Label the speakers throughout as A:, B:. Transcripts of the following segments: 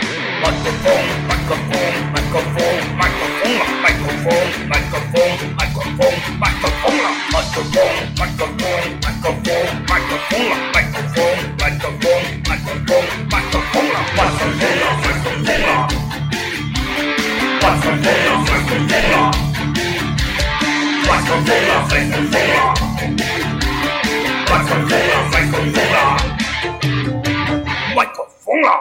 A: 克风，麦克风，麦克风，麦克风了，麦克风，麦克风，麦克风，麦克风了，麦克风，麦克风，麦克风，麦克风了，麦克风，麦克风，麦克风，麦克风了，麦克风了，麦克风了，麦克风了，麦克风了，麦克风了，麦克风了，麦克风了，麦克风了，麦克风了。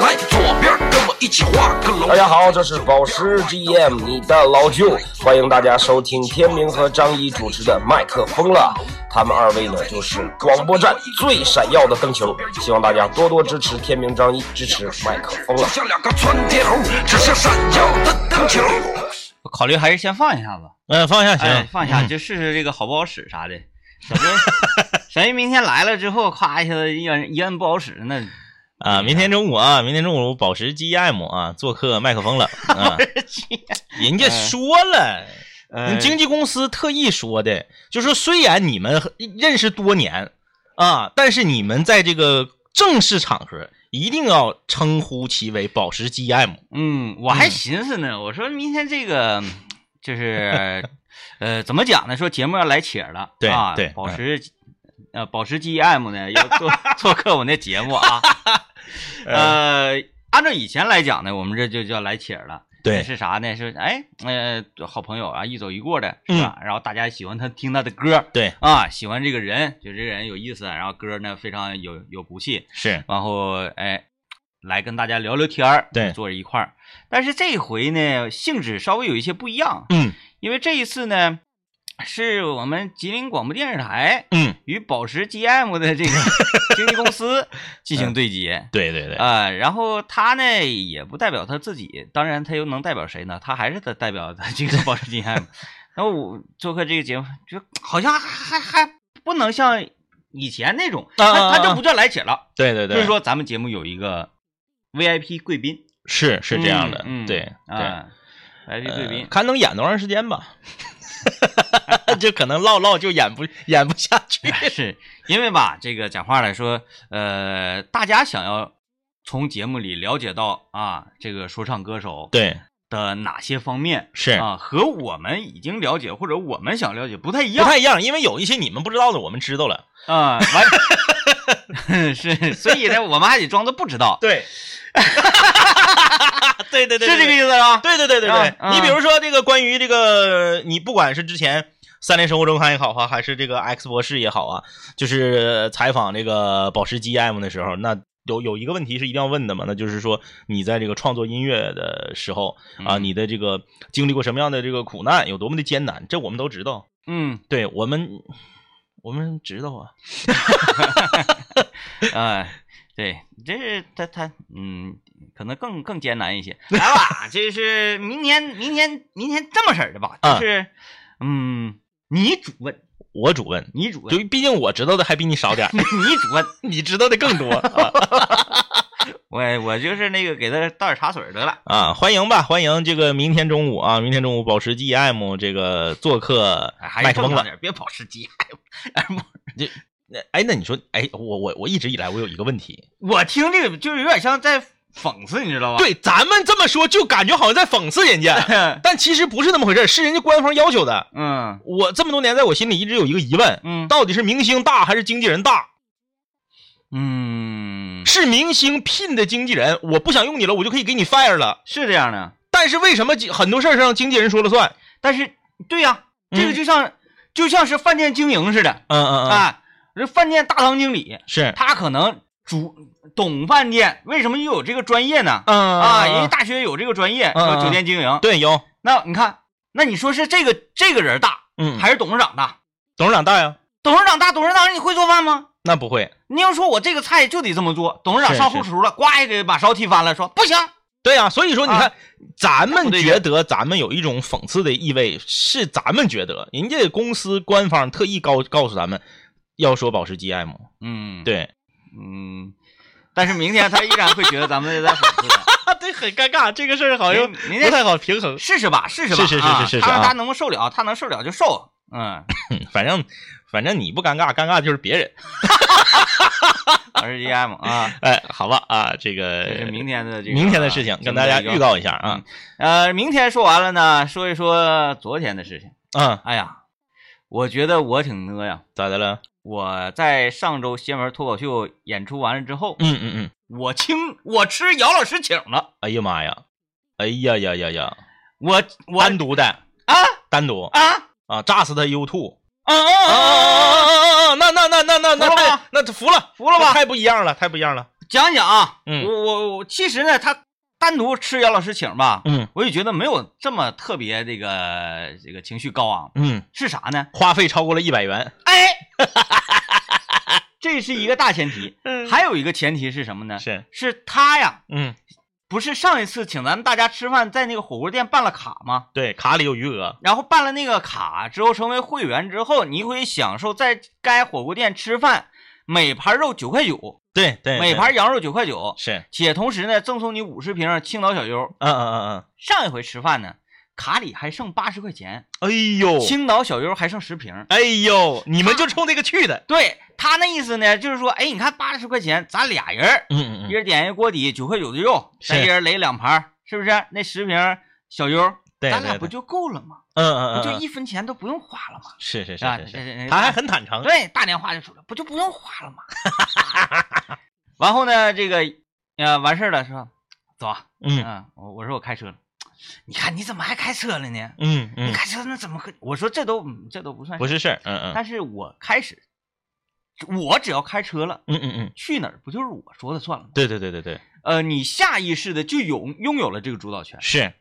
B: 来，左边跟我一起画个龙
C: 大。家好，这是宝石 GM，你的老舅，欢迎大家收听天明和张一主持的《麦克风了》，他们二位呢就是广播站最闪耀的灯球，希望大家多多支持天明、张一，支持《麦克风了
B: 就》。像两个窜天猴，只是闪耀的灯球。
D: 我考虑还是先放一下子，
E: 嗯，放下
D: 哎
E: 行，，
D: 放一下
E: 嗯
D: 就试试这个好不好使啥的。小军， 小军明天来了之后，咵一下子一摁一摁不好使，那，
E: 啊！明天中午啊，明天中午宝石 GM 啊做客麦克风了啊 人
D: 哎
E: 家说了，
D: 呃
E: 人经纪公司特意说的，就说虽然你们认识多年啊，但是你们在这个正式场合一定要称呼其为宝石 GM。
D: 嗯，我还寻思
E: 嗯
D: 呢，我说明天这个就是， 呃，怎么讲呢？说节目要来且儿了，
E: 对
D: 啊，
E: 对嗯
D: 宝石，呃，宝石 GM 呢要做做客我那节目 啊，呃，按照以前来讲呢，我们这就叫来且儿了。
E: 对，
D: 是啥呢？是哎，呃，好朋友啊，一走一过的，是吧？
E: 嗯
D: 然后大家喜欢他听他的歌，
E: 对
D: 啊，喜欢这个人，就这个人有意思，啊然后歌呢非常有有骨气，
E: 是，
D: 然后哎，来跟大家聊聊天儿，
E: 对
D: 坐在一块儿。但是这回呢，性质稍微有一些不一样，
E: 嗯
D: 因为这一次呢，是我们吉林广播电视台
E: 嗯，
D: 与宝石 GM 的这个 经纪公司进行对接。
E: 对对对，
D: 啊、然后他呢也不代表他自己，当然他又能代表谁呢？他还是他代表他这个宝石 GM。那 我做客这个节目，就好像还还还不能像以前那种，
E: 啊啊
D: 他
E: 啊
D: 他就不叫来且了。
E: 对对对，
D: 就是说咱们节目有一个 VIP 贵宾，
E: 是是这样的，
D: 嗯嗯
E: 对对。
D: 啊，VIP 贵宾
E: 呃，看能演多长时间吧。 就可能唠唠就演不演不下去，
D: 是因为吧，这个讲话来说，呃，大家想要从节目里了解到啊，这个说唱歌手
E: 对，
D: 的哪些方面
E: 是
D: 啊，和我们已经了解或者我们想了解不太一
E: 不
D: 样
E: 太一样，因为有一些你们不知道的，我们知道了。
D: 啊，完 是，所以呢，我们还得装作不知道，
E: 对， 对对对，
D: 是这个意思啊？
E: 对对对对对
D: 啊。啊
E: 你比如说这个关于这个，你不管是之前《三联生活周刊》也好啊，还是这个 X 博士也好啊，就是采访这个宝石 GM 的时候，那有有一个问题是一定要问的嘛，那就是说你在这个创作音乐的时候啊，
D: 嗯
E: 你的这个经历过什么样的这个苦难，有多么的艰难，这我们都知道。
D: 嗯，
E: 对我们，我们知道啊。
D: 啊，对，这是他他嗯，可能更更艰难一 些。来吧，这是明天明天明天这么式儿的吧？就
E: 嗯
D: 是嗯，你主问，
E: 我主问，
D: 你主问，，
E: 就毕竟我知道的还比你少点儿
D: 你主问，
E: 你知道的更多啊
D: 我我就是那个给他倒点茶水儿得了。
E: 啊！欢迎吧，欢迎这个明天中午啊，明天中午保持 GM 这个做客
D: 哎还
E: 麦
D: 是
E: 克
D: 正常
E: 风了。
D: 点儿，别跑哎时机。
E: 那哎，那你说，哎，我我我一直以来我有一个问题，
D: 我听这个就是有点像在讽刺，你知道吧？
E: 对，咱们这么说就感觉好像在讽刺 人家，
D: 对，
E: 但其实不是那么回事儿，是人家官方要求的。
D: 嗯
E: 我这么多年在我心里一直有一个疑问，
D: 嗯
E: 到底是明星大还是经纪人大？
D: 嗯，
E: 是明星聘的经纪人，我不想用你了，我就可以给你 fire 了。
D: 是这样的。
E: 但是为什么经很多事儿是让经纪人说了算？
D: 但是对呀、这个
E: 嗯
D: 就像、就像是饭店经营似的、
E: 嗯嗯，
D: 啊，这饭店大堂经理。
E: 是，
D: 他可能主懂饭店，为什么又有这个专业呢？
E: 嗯
D: 啊，人家大学有这个专业，
E: 嗯嗯
D: 叫酒店经营。
E: 对有，
D: 那你看，那你说是这个这个人大，
E: 嗯，
D: 还是董事长大？
E: 董事长大呀？
D: 董事长大，董事长你会做饭吗？
E: 那不会，
D: 你要说我这个菜就得这么做，董事长
E: 是
D: 上
E: 是
D: 后厨了，呱一给把勺踢翻了，说不行。
E: 对呀、所以说你看，咱
D: 那不
E: 们
D: 对
E: 觉得咱们有一种讽刺的意味，是咱们觉得人家公司官方特意告告诉咱们。要说保时 GM，
D: 嗯，，
E: 对
D: 嗯。但是明天他依然会觉得咱们在讽刺他。
E: 啊，对，很尴尬，这个事儿好
D: 明明天
E: 好平衡。
D: 试试吧，试试吧，
E: 哎是是是
D: 啊
E: 是是
D: 看看
E: 啊
D: 他能不能受了，他能受了就受。嗯，
E: 反正反正你不尴尬，尴尬的就是别人。
D: 保时捷 M 啊，
E: 哎，好吧啊，这个
D: 这是明天的这个
E: 呃明天的事情，跟大家预告一下啊，
D: 呃，明天说完了呢，说一说昨天的事情。
E: 嗯，
D: 哎呀，我觉得我挺呢呀。
E: 咋的了？
D: 我在上周新闻脱口秀演出完了之后，
E: 嗯嗯嗯，
D: 我请我吃姚老师请了，
E: 哎呀妈呀，哎呀呀呀呀，
D: 我我
E: 单独的，
D: 啊
E: 单独
D: 啊
E: 啊，炸死他 U two
D: 啊啊
E: 啊
D: 啊！
E: 啊！那那那那那那太那服了
D: 服了吧？
E: 太不一样了，太不一样了。
D: 讲讲啊，
E: 嗯
D: 我我我，其实呢，他单独吃姚老师请吧，
E: 嗯
D: 我也觉得没有这么特别这个这个情绪高昂，
E: 嗯，
D: 是啥呢？
E: 花费超过了一百元。
D: 哎， 这是一个大前 提，还有一个前提嗯是什么呢？
E: 是，
D: 是他呀，
E: 嗯，
D: 不是上一次请咱们大家吃饭，在那个火锅店办了卡吗？
E: 对，卡里有余额。
D: 然后办了那个卡之后，成为会员之后，你会享受在该火锅店吃饭，每盘肉九块九，
E: 对对，
D: 每盘羊肉九块九，
E: 是，
D: 且同时呢赠送你五十瓶青岛小优。
E: 嗯嗯嗯
D: 上一回吃饭呢，卡里还剩八十块钱，
E: 嗯，哎呦，
D: 青岛小优还剩十瓶。
E: 哎呦，你们就冲这个去的。
D: 对他那意思呢，就是说，哎，你看八十块钱，咱俩人儿，
E: 嗯
D: 一，人点一锅底九块九的肉，
E: 是
D: 咱一人垒两盘儿，是不是？那十瓶小优，
E: 对
D: 咱俩
E: 对
D: 不就够了吗？
E: 嗯
D: 不
E: 嗯嗯，
D: 就一分钱都不用花了吗？
E: 是是是
D: 啊，
E: 是
D: 这
E: 是，
D: 这这
E: 他还很坦诚。
D: 对大连话就出来，不就不用花了吗？ 然后呢，这个呃完事儿了说，走啊，
E: 嗯
D: 嗯，我我说我开车了，你看你怎么还开车了呢？
E: 嗯
D: 你
E: 嗯，
D: 开车那怎么可？我说这都嗯这都不算
E: 不
D: 是，
E: 是事儿。嗯嗯
D: 但是我开始，我只要开车了，
E: 嗯嗯嗯，
D: 去哪儿不就是我说了算了吗？
E: 对对对对对，
D: 呃，你下意识的就有拥有了这个主导权。
E: 是，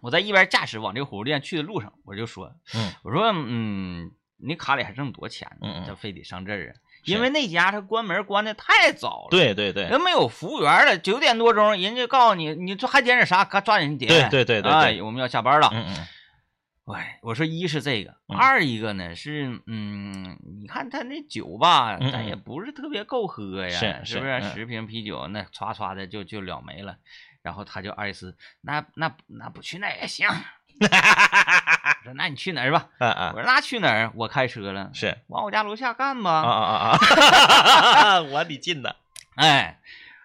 D: 我在一边驾驶往这个火锅店去的路上，我就说，
E: 嗯，
D: 我说，嗯，你卡里还剩多钱呢？
E: 嗯嗯
D: 这非得上这儿啊？
E: 是
D: 因为那家他关门关的太早了，，
E: 对对对，
D: 人没有服务员了，九点多钟人家告诉你，你这还点点啥？赶抓紧点。
E: 对对对对对
D: 哎，我们要下班了。
E: 嗯嗯，
D: 哎，我说一是这个，
E: 嗯
D: 二一个呢是，嗯，你看他那酒吧，
E: 嗯
D: 咱
E: 嗯
D: 也不是特别够喝呀，
E: 是
D: 不
E: 是
D: 是？
E: 嗯
D: 十瓶啤酒那歘歘的就就了没了。然后他就二思，那那那不去那儿也 行。我说那你去哪儿吧？
E: 啊
D: 我
E: 啊
D: 说那去哪儿？我开车了，
E: 是，
D: 往我家楼下干
E: 啊
D: 吧。
E: 啊 啊，我离近的。
D: 哎，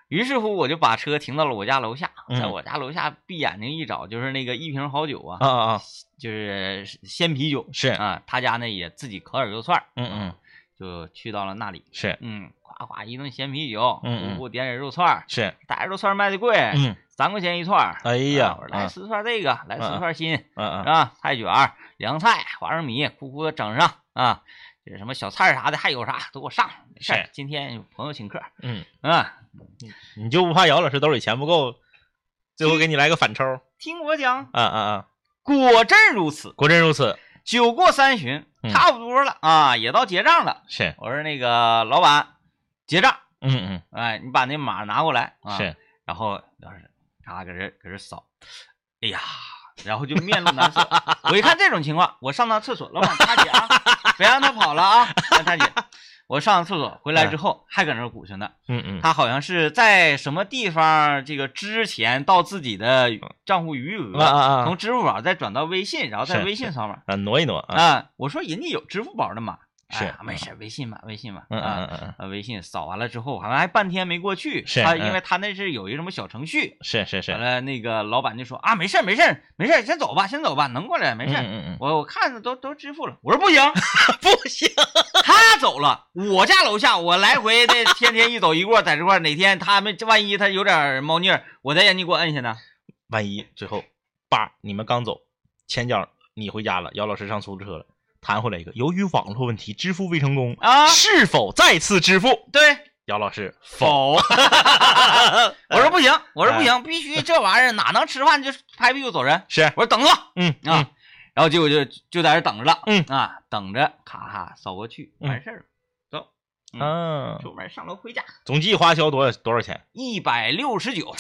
D: 于是乎我就把车停到了我家楼下，在
E: 嗯
D: 我家楼下闭眼睛一找，就是那个一瓶好酒
E: 啊
D: 啊，
E: 啊啊，
D: 就是鲜啤酒。
E: 是，
D: 啊，他家呢也自己烤点肉串儿，
E: 嗯嗯，
D: 就去到了那里，
E: 是
D: 嗯，夸夸一顿咸啤酒，
E: 嗯嗯
D: 五步点点肉串儿，
E: 是，
D: 打家肉串儿卖的贵，
E: 嗯，
D: 三块钱一串儿。
E: 哎
D: 啊
E: 呀
D: 我，说来
E: 嗯
D: 四串这个，来四
E: 嗯嗯
D: 串新
E: 嗯嗯，
D: 啊，菜卷儿、凉菜、花生米，咕咕的整上啊，这什么小菜儿啥的，还有啥都给我上，没事儿
E: 是，
D: 今天有朋友请客，
E: 嗯，
D: 啊，
E: 你就不怕姚老师兜里钱不够，最后给你来个反抽？
D: 听我讲，
E: 啊啊啊，
D: 果真如此，
E: 果真如此，
D: 酒过三巡，
E: 嗯
D: 差不多了啊，也到结账了，
E: 是，
D: 我说那个老板，结账。
E: 嗯
D: 哎，你把那码拿过来啊。
E: 嗯，是。，
D: 然后老师他搁这搁这扫，哎呀，然后就面露难色。我一看这种情况，我上趟厕所，老板大姐啊，别让他跑了啊，让他姐。我上趟厕所回来之后，还搁那儿鼓着呢。
E: 嗯嗯，
D: 他好像是在什么地方这个之前到自己的账户余
E: 啊
D: 额，
E: 啊啊
D: 从，支付宝再转到微信，然后在
E: 是
D: 微信
E: 是
D: 扫码。
E: 啊挪一挪啊，
D: 啊，我说人家有支付宝的码，
E: 是
D: 哎呀没事，微信吧，微信吧。
E: 嗯
D: 啊
E: 嗯嗯嗯，
D: 呃，微信扫完了之后，好像还半天没过去，
E: 是
D: 他
E: 嗯
D: 因为他那是有一个什么小程序，
E: 是是是，
D: 完
E: 嗯
D: 了那个老板就说啊，没事儿没事儿没事儿，先走吧，先走吧，能过来没事儿。
E: 嗯嗯，
D: 我我看着都都支付了，我说不行，
E: 不行，
D: 他走了，我家楼下我来回 的天天一走一过，在这块儿哪天他们万一他有点猫腻儿，我再让你给我摁下呢。
E: 万一最后爸你们刚走，前脚你回家了，姚老师上出租车了，弹回来一个，由于网络问题支付未成功，
D: 啊
E: 是否再次支付？
D: 对，
E: 姚老师否， 嗯
D: 否，我说不行，我说不行，必须这玩意儿哪能吃饭就拍屁股走人？
E: 是，
D: 我说等着。
E: 嗯
D: 啊，
E: 嗯
D: 然后结果就就在这等着了，
E: 嗯
D: 啊，等着，咔咔扫过去，
E: 嗯
D: 完事儿了，走，
E: 嗯啊，
D: 出门上楼回家，
E: 总计花销多少多少钱？
D: 一百六十九，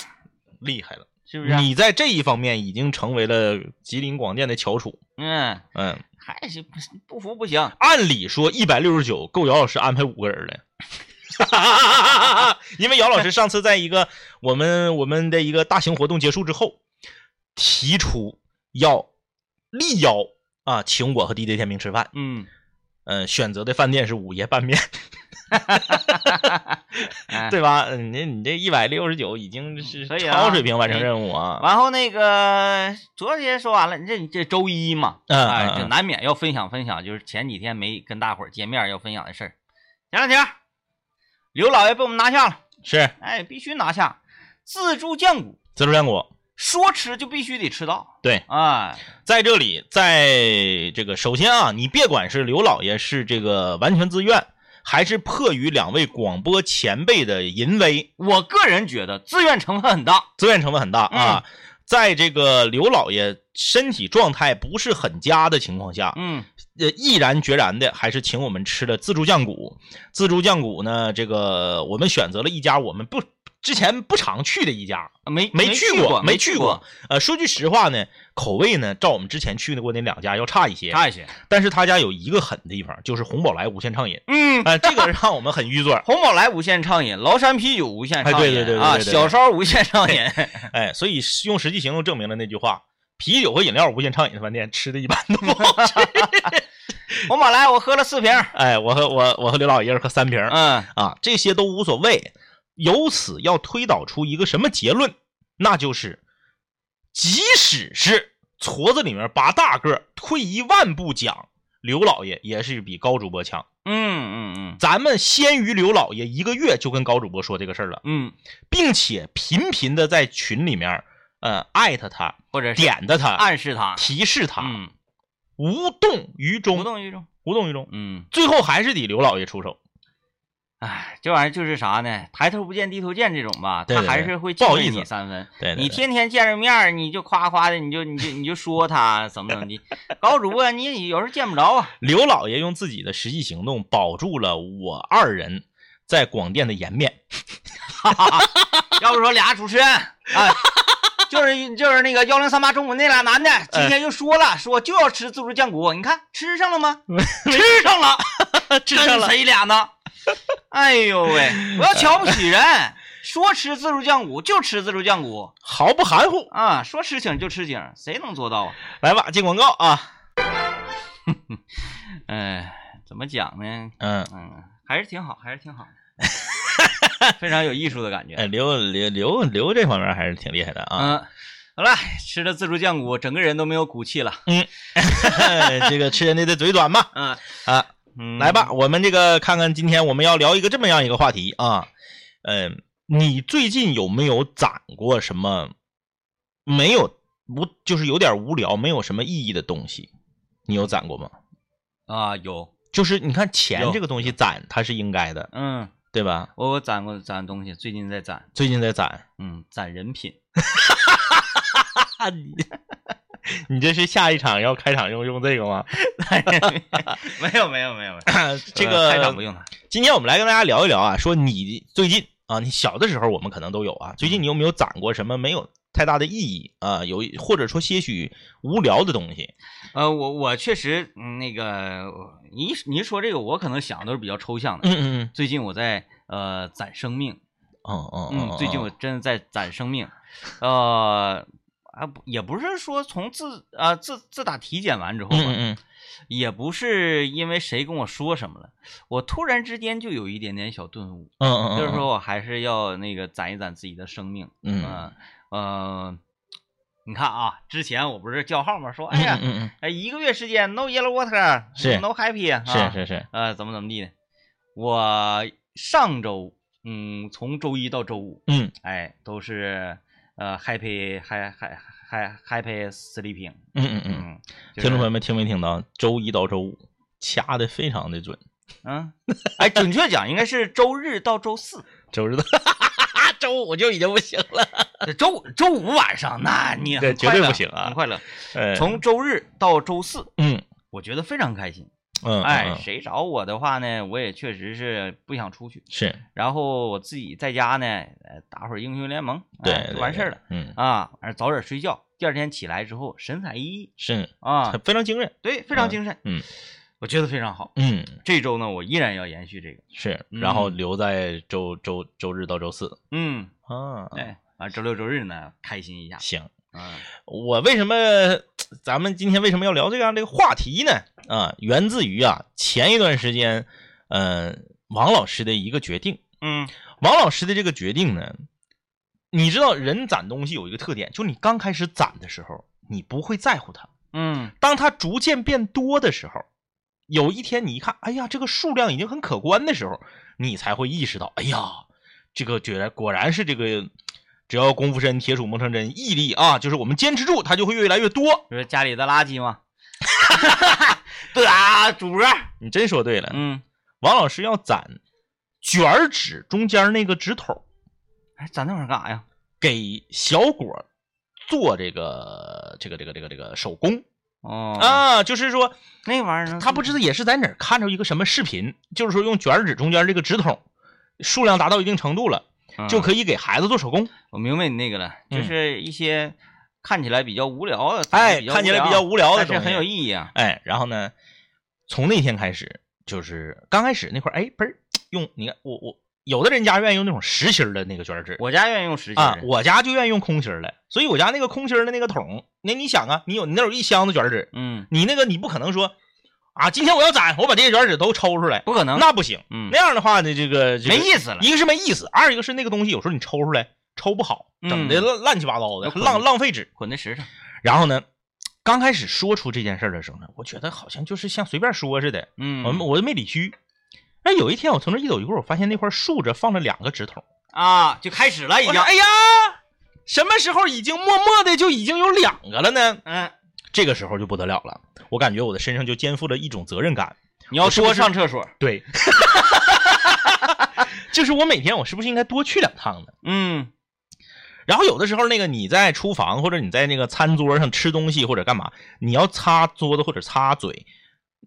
E: 厉害了，
D: 是不是啊？
E: 你在这一方面已经成为了吉林广电的翘楚。
D: 嗯，
E: 嗯，
D: 还是不不服不行，
E: 按理说一百六十九够姚老师安排五个人了。 因为姚老师上次在一个我们我们的一个大型活动结束之后，提出要力邀 啊，请我和 DJ 天明吃饭。
D: 嗯，
E: 嗯、选择的饭店是午夜拌面。
D: 哎
E: 对吧？嗯你你这一百六十九已经是
D: 可以啊哎
E: 超水平完成任务啊！
D: 然后那个昨天说完了，你这你这周一嘛，
E: 嗯
D: 哎，
E: 嗯
D: 就
E: 嗯
D: 难免要分享分享，就是前几天没跟大伙儿见面要分享的事儿。前两天，刘老爷被我们拿下了，
E: 是
D: 哎，必须拿下，自助酱骨，
E: 自助战果
D: 说吃就必须得吃到，
E: 对，
D: 哎，
E: 在这里，在这个首先啊，你别管是刘老爷是这个完全自愿，还是迫于两位广播前辈的淫威，
D: 我个人觉得自愿成分很大，
E: 自愿成本很大啊。在这个刘老爷身体状态不是很佳的情况下，
D: 嗯，
E: 呃，毅然决然的还是请我们吃了自助酱骨。自助酱骨呢，这个我们选择了一家我们不之前不常去的一家，
D: 没
E: 没
D: 去
E: 去过，
D: 没
E: 去
D: 过，。
E: 呃，说句实话呢，口味呢，照我们之前去的过那两家要差一些，
D: 差一些，
E: 但是他家有一个狠的地方， 就是红宝来无限畅饮，
D: 嗯。
E: 哎、这个让我们很淤嘴儿，
D: 红宝来无限畅饮，崂山啤酒无限畅饮，
E: 哎对对对对对
D: 啊，
E: 对对
D: 小烧无限畅饮，
E: 哎，所以用实际行动证明了那句话：啤酒和饮料无限畅饮的饭店吃的一般都不好吃。
D: 红宝来我喝了四瓶儿，
E: 哎，我和我我和刘老爷儿喝三瓶儿
D: 嗯，
E: 啊，这些都无所谓。由此要推导出一个什么结论？那就是，即使是矬子里面拔大个儿，退一万步讲，刘老爷也是比高主播强。
D: 嗯嗯
E: 咱们先于刘老爷一个月就跟高主播说这个事儿了。
D: 嗯嗯，
E: 并且频频的在群里面呃艾特他、
D: 或者是
E: 点啊的他、
D: 暗示他，
E: 提示他，
D: 嗯，
E: 无动于衷，
D: 无动于衷，
E: 无动于衷，
D: 嗯，
E: 最后还是得刘老爷出手，
D: 哎，这玩意儿就是啥呢？抬头不见低头见这种吧，
E: 对
D: 他
E: 对
D: 还
E: 对
D: 是会
E: 不好
D: 敬畏
E: 意思
D: 你三分。
E: 对对对
D: 你天天见着面儿，你就夸夸的，你就你就你就说他怎么怎么地，高主播你也有时候见不着啊，
E: 刘老爷用自己的实际行动保住了我二人在广电的颜面，
D: 要不说俩主持人啊，就是就是那个幺零三八中午那俩男的，今天又说了，说就要吃自助酱骨，你看吃上了吗？吃上了，
E: 吃上了
D: 跟谁俩呢？哎呦喂，不要瞧不起人，说吃自助酱骨就吃自助酱骨
E: 毫不含糊。
D: 啊，说吃景就吃景，谁能做到啊？
E: 来吧，进广告啊，
D: 哎，怎么讲呢？
E: 嗯。
D: 嗯，还是挺好，还是挺好的，非常有艺术的感觉。
E: 哎，刘刘刘刘这方面还是挺厉害的啊！
D: 嗯，好了，吃了自助酱骨，整个人都没有骨气了。
E: 这个吃人家的嘴短嘛
D: 嗯
E: 啊！
D: 嗯，
E: 来吧，我们这个看看，今天我们要聊一个这么样一个话题啊，嗯、你最近有没有攒过什么没有无就是有点无聊、没有什么意义的东西？你有攒过吗？
D: 啊，有，
E: 就是你看
D: 有
E: 钱这个东西攒它是应该的，
D: 嗯，
E: 对吧？
D: 我我攒过攒东西，最近在攒，
E: 最近在攒，
D: 嗯，攒人品。
E: 你这是下一场要开场用用这个吗？
D: 没有没有没有没有，
E: 这
D: 呃开场不
E: 个
D: 用它。
E: 今天我们来跟大家聊一聊啊，说你最近啊，你小的时候我们可能都有啊，最近你有没有攒过什么没有太大的意义啊，有或者说些许无聊的东西？
D: 呃，我我确实、嗯那个，我你一你一说这个，我可能想的都是比较抽象的。
E: 嗯嗯
D: 最近我在呃攒生命，
E: 嗯嗯
D: 嗯，最近我真的在攒生命，呃，啊，不也不是说从自啊自自打体检完之后吧，
E: 嗯嗯
D: 也不是因为谁跟我说什么了，我突然之间就有一点点小顿悟，
E: 嗯嗯，
D: 就是说我还是要那个攒一攒自己的生命，
E: 嗯
D: 啊呃，你看啊，之前我不是叫号吗？说哎呀，
E: 嗯嗯
D: 哎一个月时间 no yellow water，
E: 是
D: no happy，啊
E: 是是是，
D: 呃，怎么怎么地的。我上周，嗯，从周一到周五，
E: 嗯
D: 哎，都是呃 happy happy happy happy sleeping，
E: 嗯嗯嗯，
D: 嗯，就
E: 听众朋
D: 是
E: 友们听没听到？周一到周五掐的非常的准，啊
D: 嗯，哎，准确讲应该是周日到周四，
E: 周日到 周五就已经不行 了，
D: 周五周五晚上，那你
E: 对
D: 很
E: 绝
D: 快
E: 对
D: 乐
E: 不行啊
D: 很快乐。
E: 哎
D: 从周日到周四，
E: 嗯
D: 我觉得非常开心。
E: 嗯
D: 哎，谁找我的话呢，我也确实是不想出去，
E: 是
D: 然后我自己在家呢，呃打会儿英雄联盟，哎
E: 对
D: 就完事儿了。，
E: 嗯
D: 啊，完事儿早点睡觉，第二天起来之后神采奕奕
E: 是
D: 啊，
E: 非常精锐，
D: 对，非常精神，
E: 嗯，
D: 我觉得非常好。
E: 嗯
D: 这周呢，我依然要延续这个，
E: 是，然后留在周周周日到周四
D: 嗯，
E: 啊，
D: 对，完周六周日呢开心一下，
E: 行。
D: 嗯
E: 我为什么咱们今天为什么要啊聊这样的一个话题呢？啊，源自于啊前一段时间，呃，王老师的一个决定。
D: 嗯
E: 王老师的这个决定呢，你知道人攒东西有一个特点，就是你刚开始攒的时候，你不会在乎它，
D: 嗯
E: 当它逐渐变多的时候，有一天你一看，哎呀，这个数量已经很可观的时候，你才会意识到，哎呀，这个觉得果然是这个，只要功夫深，铁杵磨成针，毅力啊，就是我们坚持住，它就会越来越多。
D: 就是家里的垃圾嘛。 对啊，主任。
E: 你真说对了，
D: 嗯，
E: 王老师要攒卷儿纸中间那个纸筒，
D: 哎，咱那玩意儿干啥呀？
E: 给小果做这个这个这个这个这个手工
D: 哦，
E: 啊，就是说
D: 那玩意儿
E: 他不知道也是在哪儿看着一个什么视频，就是说用卷纸中间这个纸筒数量达到一定程度了，就
D: 以。
E: 可以给孩子做手工。
D: 嗯我明白你那个了，就
E: 嗯
D: 是一些看起来比较无聊的，
E: 哎，看起来比较无聊的
D: 但
E: 东
D: 是
E: 西，
D: 很有意义啊。
E: 哎，然后呢，从那天开始，就是刚开始那块儿，哎，嘣儿用你看我我有的人家愿意用那种实心儿的那个卷纸。
D: 我家愿意用实心
E: 啊，
D: 儿，
E: 我家就愿意用空心儿的，所以我家那个空心儿的那个桶，那你想啊，你有你那有一箱子卷纸，
D: 嗯，
E: 你那个你不可能说啊，今天我要攒，我把这些卷纸都抽出来，
D: 不可能，
E: 那不行，
D: 嗯，
E: 那样的话呢，这个这个
D: 没意思了，
E: 一个是没意思，二一个是那个东西有时候你抽出来抽不好，整的
D: 嗯
E: 乱乱七八糟的，
D: 有可能
E: 浪浪费纸。
D: 滚的实诚。
E: 然后呢，刚开始说出这件事儿的时候呢，我觉得好像就是像随便说似的，
D: 嗯，
E: 我我都没理虚。哎，有一天我从那一走一过，我发现那块竖着放着两个纸筒，
D: 啊就开始了，已
E: 我
D: 经
E: 说，哎呀，什么时候已经默默的就已经有两个了呢？
D: 嗯，
E: 这个时候就不得了了，我感觉我的身上就肩负了一种责任感。
D: 你要
E: 我是不
D: 多
E: 是
D: 上厕所，
E: 对， 就是我每天我是不是应该多去两趟呢？
D: 嗯
E: 然后有的时候，那个你在厨房或者你在那个餐桌上吃东西或者干嘛，你要擦桌子或者擦嘴，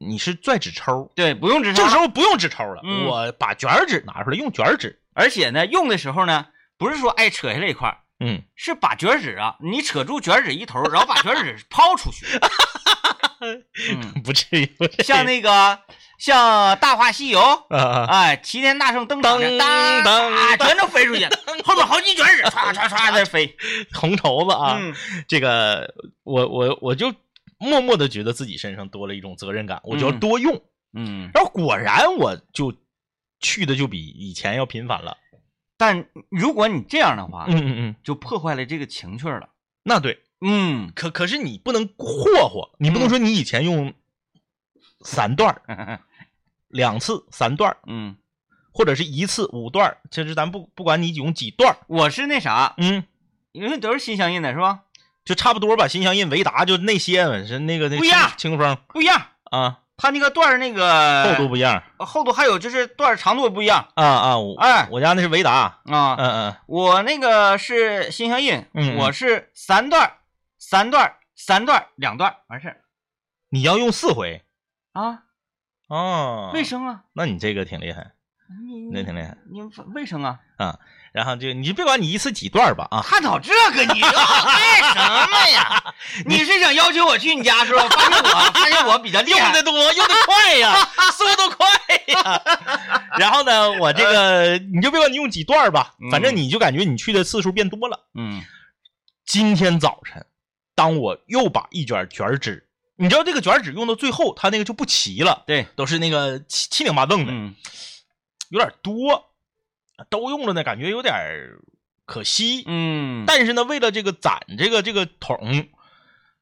E: 你是拽纸抽。
D: 对，不用支
E: 这
D: 撑。
E: 时候不用纸抽了，
D: 嗯
E: 我把卷儿纸拿出来，用卷儿纸。
D: 而且呢，用的时候呢，不是说哎扯下来一块儿，
E: 嗯，
D: 是把卷纸啊，你扯住卷纸一头，然后把卷纸抛出 去。嗯，
E: 不至于。不至于
D: 像那个像《大话西游》。
E: 啊，
D: 哎，齐天大圣登场了，
E: 噔
D: 当
E: 噔
D: 啊，全都飞出去，后面好几卷纸，唰唰唰在飞。
E: 红绸子 啊，
D: 嗯
E: 这个我我我就默默的觉得自己身上多了一种责任感，我就要
D: 嗯
E: 多用。
D: 嗯，
E: 然后果然我就去的就比以前要频繁了。
D: 但如果你这样的话，
E: 嗯嗯嗯，
D: 就破坏了这个情趣了。
E: 那对。
D: 嗯，
E: 可可是你不能霍霍，你不能说你以前用三段儿、 两次三段儿，
D: 嗯，
E: 或者是一次五段儿，其实咱不不管你用几段儿，
D: 我是那啥，
E: 嗯，
D: 因为都是心相印的是吧？
E: 就差不多吧。心相印、维达就那些是那个那
D: 不一样
E: 清清风
D: 不一样，
E: 啊，
D: 它那个段儿那个呃
E: 厚度不一样
D: 厚度还有就是段儿长度不一样。
E: 啊啊，我
D: 哎
E: 我家那是维达，
D: 啊，
E: 嗯嗯
D: 我那个是心相印，
E: 嗯嗯
D: 我是三段儿，三段儿，三段儿，两段儿完事儿
E: 你要用四回
D: 啊，
E: 哦，
D: 卫？生啊，
E: 那你这个挺厉害，
D: 你
E: 那
D: 你
E: 挺厉害。
D: 你卫生啊，
E: 然后就你就别管你一次几段儿吧啊，
D: 探讨这个，你要干什么 呀？你是想要求我去你家是吧？发现我发现我比较厉
E: 用
D: 害
E: 的，多，用的快呀，速度快呀。然后呢，我这个你就别管你用几段吧，反正
D: 嗯
E: 你就感觉你去的次数变多了。
D: 嗯
E: 今天早晨，当我又把一卷卷纸，你知道这个卷纸用到最后，它那个就不齐了，
D: 对，
E: 都是那个七七拧八蹬的，
D: 嗯
E: 有点多，都用了呢，感觉有点儿可惜。
D: 嗯，
E: 但是呢，为了这个攒这个这个桶，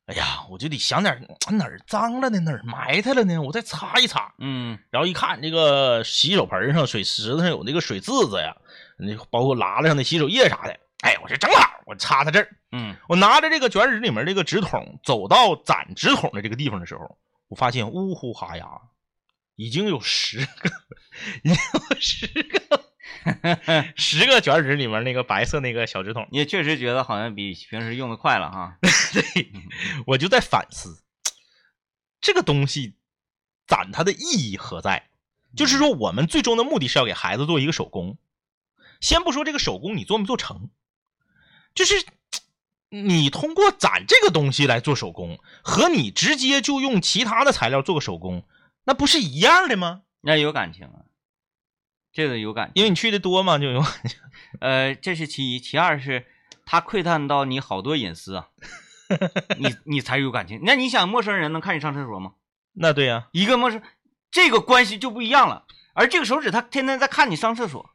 E: 哎呀，我就得想点儿哪儿脏了呢，哪儿埋汰了呢，我再擦一擦。
D: 嗯
E: 然后一看这个洗手盆上、水池子上有那个水渍子呀，那包括拉拉上的洗手液啥的，哎，我这正好，我插在这儿，
D: 嗯
E: 我拿着这个卷纸里面这个纸筒，走到攒纸筒的这个地方的时候，我发现呜呼哈呀，已经有十个，已经有十个，十个卷纸里面那个白色那个小纸筒，
D: 也确实觉得好像比平时用的快了哈。
E: 我就在反思，这个东西攒它的意义何在？就是说，我们最终的目的是要给孩子做一个手工。先不说这个手工你做没做成，就是你通过攒这个东西来做手工，和你直接就用其他的材料做个手工，那不是一样的吗？
D: 那有感情啊，这个有感情。
E: 因为你去的多嘛，就有
D: 呃，这是其一，其二是他窥探到你好多隐 私啊，你你才有感情。那你想，陌生人能看你上厕所吗？
E: 那对呀、
D: 一个陌生，这个关系就不一样了。而这个手指他天天在看你上厕 所，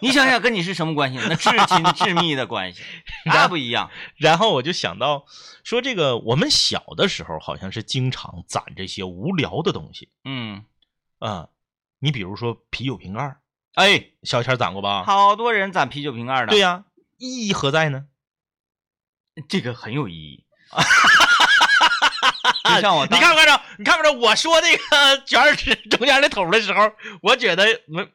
D: 你想想跟你是什么关系？那至亲至密的关 系，那不一样。
E: 然后我就想到说，这个我们小的时候好像是经常攒这些无聊的东西
D: 嗯，
E: 啊、你比如说啤酒瓶盖儿，
D: 哎，
E: 小钱儿攒过吧？
D: 好多人攒啤酒瓶盖的，
E: 对呀、意义何在呢？
D: 这个很有意 义。就像我
E: 你
D: 当，
E: 看没看着？你看没着？我说这个 卷尺中间的头的时候，我觉得没，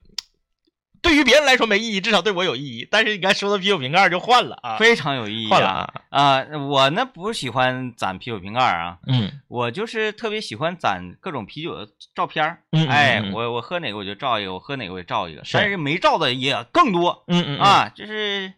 E: 对于别人来说没意义，至少对我有意义。但是你看，说到啤酒瓶盖儿就换了啊，
D: 非常有意义
E: 换了
D: 啊！
E: 啊，
D: 啊、我呢不是喜欢攒啤酒瓶盖啊，
E: 嗯
D: 我就是特别喜欢攒各种啤酒的照片儿。
E: 嗯嗯
D: 哎
E: 嗯，
D: 我我喝哪个我就照一个，我喝哪个我就照一个，
E: 是
D: 但是没照的也更多。
E: 嗯嗯，
D: 啊，就是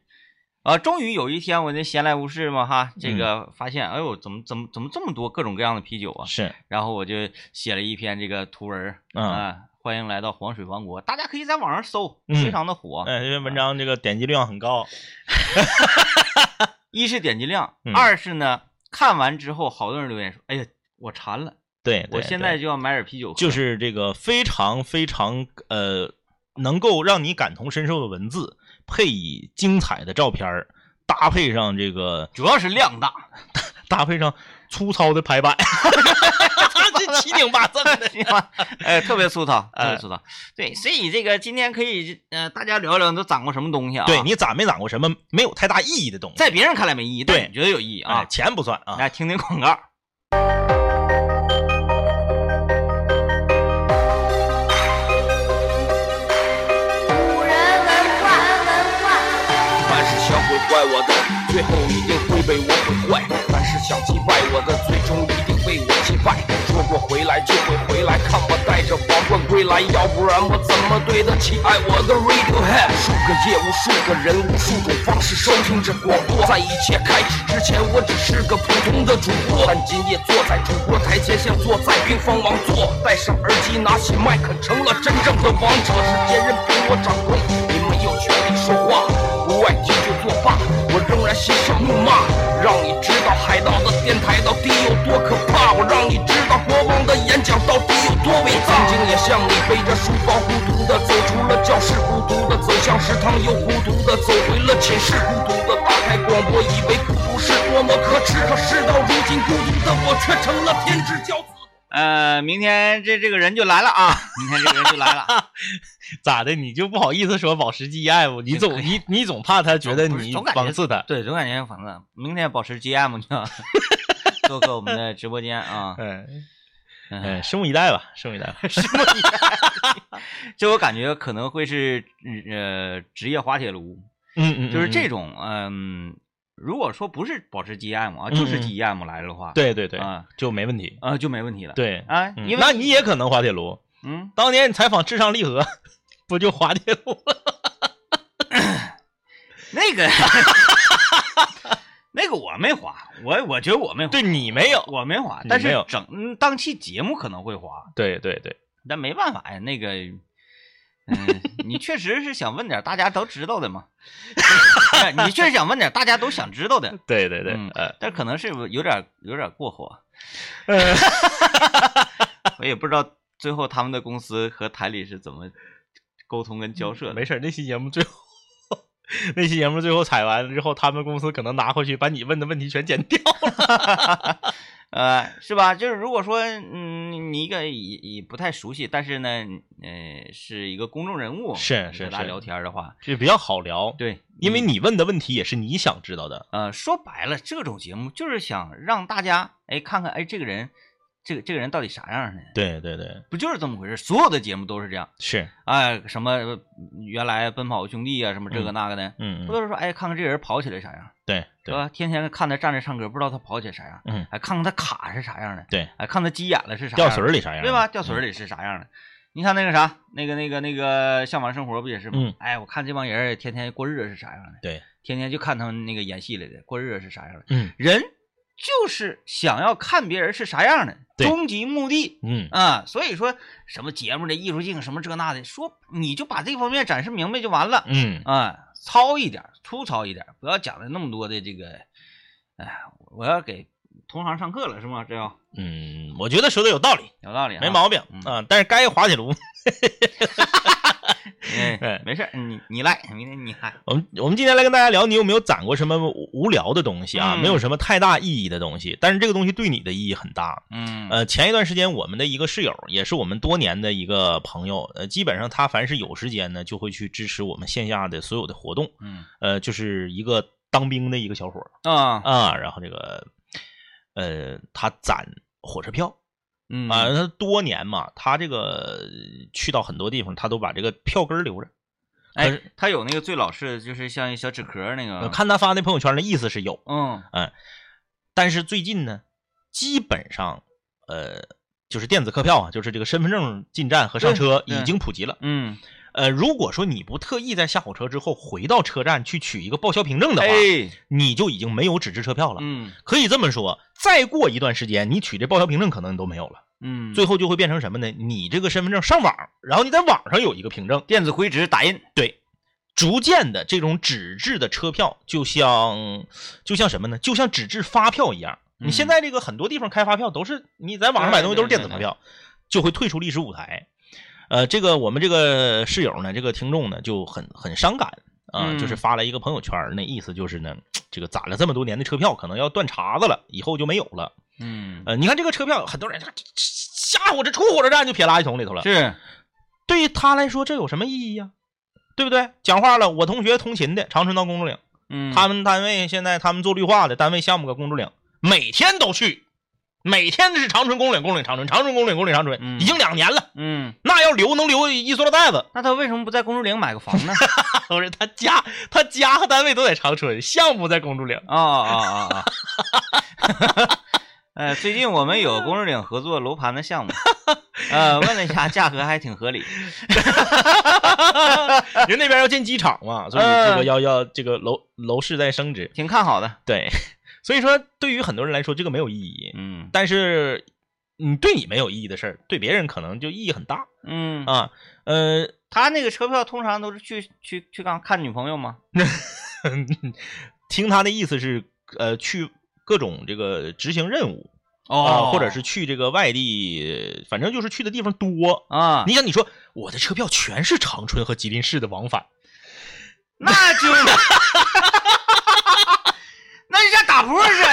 D: 啊，终于有一天我那闲来无事嘛哈，
E: 嗯
D: 这个发现，哎呦，怎么怎么怎么这么多各种各样的啤酒啊？
E: 是，
D: 然后我就写了一篇这个图文儿
E: 嗯
D: 啊，欢迎来到黄水王国，大家可以在网上搜，
E: 嗯
D: 非常的火。
E: 嗯，这篇文章这个点击量很高，
D: 一是点击量，
E: 嗯
D: 二是呢，看完之后好多人留言说，哎呀，我馋了，
E: 对，
D: 我
E: 对
D: 现
E: 对
D: 在就要买点啤酒喝。
E: 就是这个非常非常呃，能够让你感同身受的文字，配以精彩的照片儿，搭配上这个
D: 主要是量大，
E: 搭配上粗糙的 排版，这七顶八正的。
D: 哎，嗯特别粗糙，特
E: 哎
D: 别粗糙。对，所以这个今天可以，呃，大家聊聊都攒过什么东西啊？
E: 对你攒没攒过什么没有太大意义的东西？
D: 在别人看来没意义，但
E: 对
D: 你觉得有意义啊
E: 哎，？钱不算啊。
D: 来听听广告。
C: 凡是想毁坏我的，最后一定会被我毁坏；凡是想击败我的，最终一定被我击败。说过回来就会回来，看我带着皇冠归来，要不然我怎么对得起爱我的 Radiohead？数个夜，无数个人，无数种方式收听着广播。在一切开始之前，我只是个普通的主播，但今夜坐在主播台前，像坐在冰封王座，戴上耳机，拿起麦克，成了真正的王者。时间任凭我掌控，你没有权利说话。不爱听就作罢，我仍然嬉笑怒骂，让你知道海盗的电台到底有多可怕，我让你知道国王的演讲到底有多伟大。曾经也像你背着书包孤独的走出了教室，孤独的走向食堂，又孤独的走回了寝室，孤独的打开广播，以为孤独是多么可耻，可事到如今，孤独的我却成了天之骄子。
D: 呃，明天这这个人就来了啊，明天这个人就来 了。
E: 咋的？你就不好意思说保时捷 M？你
D: 可
E: 总
D: 以
E: 你你总怕他觉得
D: 不是
E: 你
D: 哎总感觉啊
E: 讽刺他。
D: 对，总感觉反正明天保持 GM 就要 做客我们的直播间 啊。
E: 嗯
D: 嗯，
E: 嗯，拭目以待吧，拭目 以待吧。
D: 这我感觉可能会是呃职业滑铁卢，
E: 嗯嗯，
D: 就是这
E: 种。
D: 种嗯，如果说不是保持 GM 啊，就是
E: 嗯嗯
D: GM 来了的话，
E: 对对对，
D: 啊
E: 就没问题。
D: 啊就没问题了。
E: 对，
D: 啊，
E: 嗯
D: 因为
E: 那你也可能滑铁卢。
D: 嗯，
E: 当年你采访至上励合，不就滑铁卢了？
D: 那个那个我没滑，我我觉得我没滑，
E: 对你没有。
D: 我没滑，
E: 你
D: 但
E: 没
D: 是
E: 有
D: 整嗯当期节目可能会滑。
E: 对对对，
D: 但没办法呀，那个，嗯、你确实是想问点大家都知道的嘛，哎 你确实想问点大家都想知道的，
E: 对对对
D: 嗯，
E: 呃，
D: 但可能是有点有点过火， 我也不知道最后他们的公司和台里是怎么沟通跟交涉的。
E: 没事儿，那期节目最后， 那期节目最后采完之后，他们公司可能拿回去把你问的问题全剪掉。
D: 呃，是吧？就是如果说，嗯，你一个也也不太熟悉，但是呢，呃，是一个公众人物，
E: 是
D: 你
E: 是
D: 和他
E: 是
D: 聊天的话，
E: 这比较好聊，
D: 对，嗯
E: 因为你问的问题也是你想知道的。
D: 呃，说白了，这种节目就是想让大家哎看看哎这个人，这个这个人到底啥样呢？
E: 对对对，
D: 不就是这么回事？所有的节目都是这样，
E: 是，
D: 哎，什么呃原来奔跑兄弟啊，什么这个那个的，
E: 嗯，
D: 不
E: 嗯
D: 都是说哎看看这人跑起来啥样，
E: 对
D: 是
E: 对，
D: 吧？天天看他站着唱歌，不知道他跑起来啥样，
E: 嗯，
D: 哎，看看他卡是啥样的，
E: 对，
D: 哎，看他急眼了是啥
E: 掉
D: 样的，
E: 水儿里啥样？嗯
D: 对吧？？掉水儿里是啥样的？你看那个啥，那个那个那个《向往生活》不也是吗？
E: 嗯
D: 哎，我看这帮人儿天天过日子是啥样的，
E: 对，
D: 天天就看他们那个演戏来的，过日子是啥样的。
E: 嗯
D: 人就是想要看别人是啥样的，
E: 对
D: 终极目的
E: 嗯，
D: 啊。所以说什么节目的艺术性，什么这那的，说你就把这方面展示明白就完了
E: 嗯，
D: 啊，糙一点，粗糙一点，不要讲的那么多的这个。哎，我要给同行上课了是吗？这要
E: 嗯，我觉得说的有道理，
D: 有道理啊，
E: 没毛病
D: 嗯
E: 啊。但是该滑铁卢，
D: 哎，没事儿，你你来，明天你来。
E: 我们我们今天来跟大家聊，你有没有攒过什么无无聊的东西啊？
D: 嗯
E: 没有什么太大意义的东西，但是这个东西对你的意义很大。
D: 嗯，
E: 呃，前一段时间我们的一个室友，也是我们多年的一个朋友，呃，基本上他凡是有时间呢，就会去支持我们线下的所有的活动。
D: 嗯
E: 呃，就是一个当兵的一个小伙儿
D: 啊
E: 啊，然后这个，呃，他攒火车票
D: 嗯
E: 啊，他多年嘛，他这个去到很多地方，他都把这个票根儿留着。可
D: 哎
E: 是，
D: 他有那个最老式，就是像一小纸壳儿那
E: 呃
D: 个。
E: 看他发那朋友圈的意思是有，
D: 嗯
E: 但是最近呢，基本上，呃，就是电子客票啊，就是这个身份证进站和上车
D: 对对
E: 已经普及了。
D: 嗯，
E: 呃，如果说你不特意在下火车之后回到车站去取一个报销凭证的话，
D: 哎，
E: 你就已经没有纸质车票了。
D: 嗯
E: 可以这么说，再过一段时间，你取这报销凭证可能都没有了，
D: 嗯，
E: 最后就会变成什么呢？你这个身份证上网，然后你在网上有一个凭证，
D: 电子灰值打印。
E: 逐渐的这种纸质的车票，就像就像什么呢？就像纸质发票一样。
D: 嗯
E: 你现在这个很多地方开发票都是你在网上买东西都是电子发
D: 对
E: 票，就会退出历史舞台。呃，这个我们这个室友呢，这个听众呢就很很伤感啊、
D: 嗯
E: 就是发了一个朋友圈，那意思就是呢，这个攒了这么多年的车票可能要断茬子了，以后就没有了。
D: 嗯，
E: 呃，你看这个车票，很多人下火车出火车站就撇垃圾桶里头了，
D: 是
E: 对于他来说，这有什么意义呀、对不对？讲话了，我同学通勤的长春到公主岭，
D: 嗯，
E: 他们单位现在他们做绿化的单位项目搁公主岭，每天都去，每天是长春公主岭、公主岭长春、长春公主岭、公主岭长春，
D: 嗯
E: 已经两年了。
D: 嗯，
E: 那要留能留一塑料袋子。
D: 那他为什么不在公主岭买个房呢？
E: 不是他家，他家和单位都在长春，项目在公主岭。
D: 啊啊啊啊！ 呃，最近我们有公主岭合作楼盘的项目， 呃，问了一下，价格还挺合理。
E: 人那边要建机场嘛，所以这个
D: 嗯
E: 要要这个楼楼市在升值。
D: 挺看好的。
E: 对， 所以说对于很多人来说，这个没有意义。
D: 嗯
E: 但是你对你没有意义的事儿，对别人可能就意义很大
D: 嗯，
E: 啊。呃，
D: 他那个车票通常都是去去去干看女朋友吗？
E: 听他的意思是，呃，去各种这个执行任务啊、
D: 哦
E: 或者是去这个外地，反正就是去的地方多。
D: 啊，
E: 你想，你说我的车票全是长春和吉林市的往返，
D: 那 就那就像打扑克似的。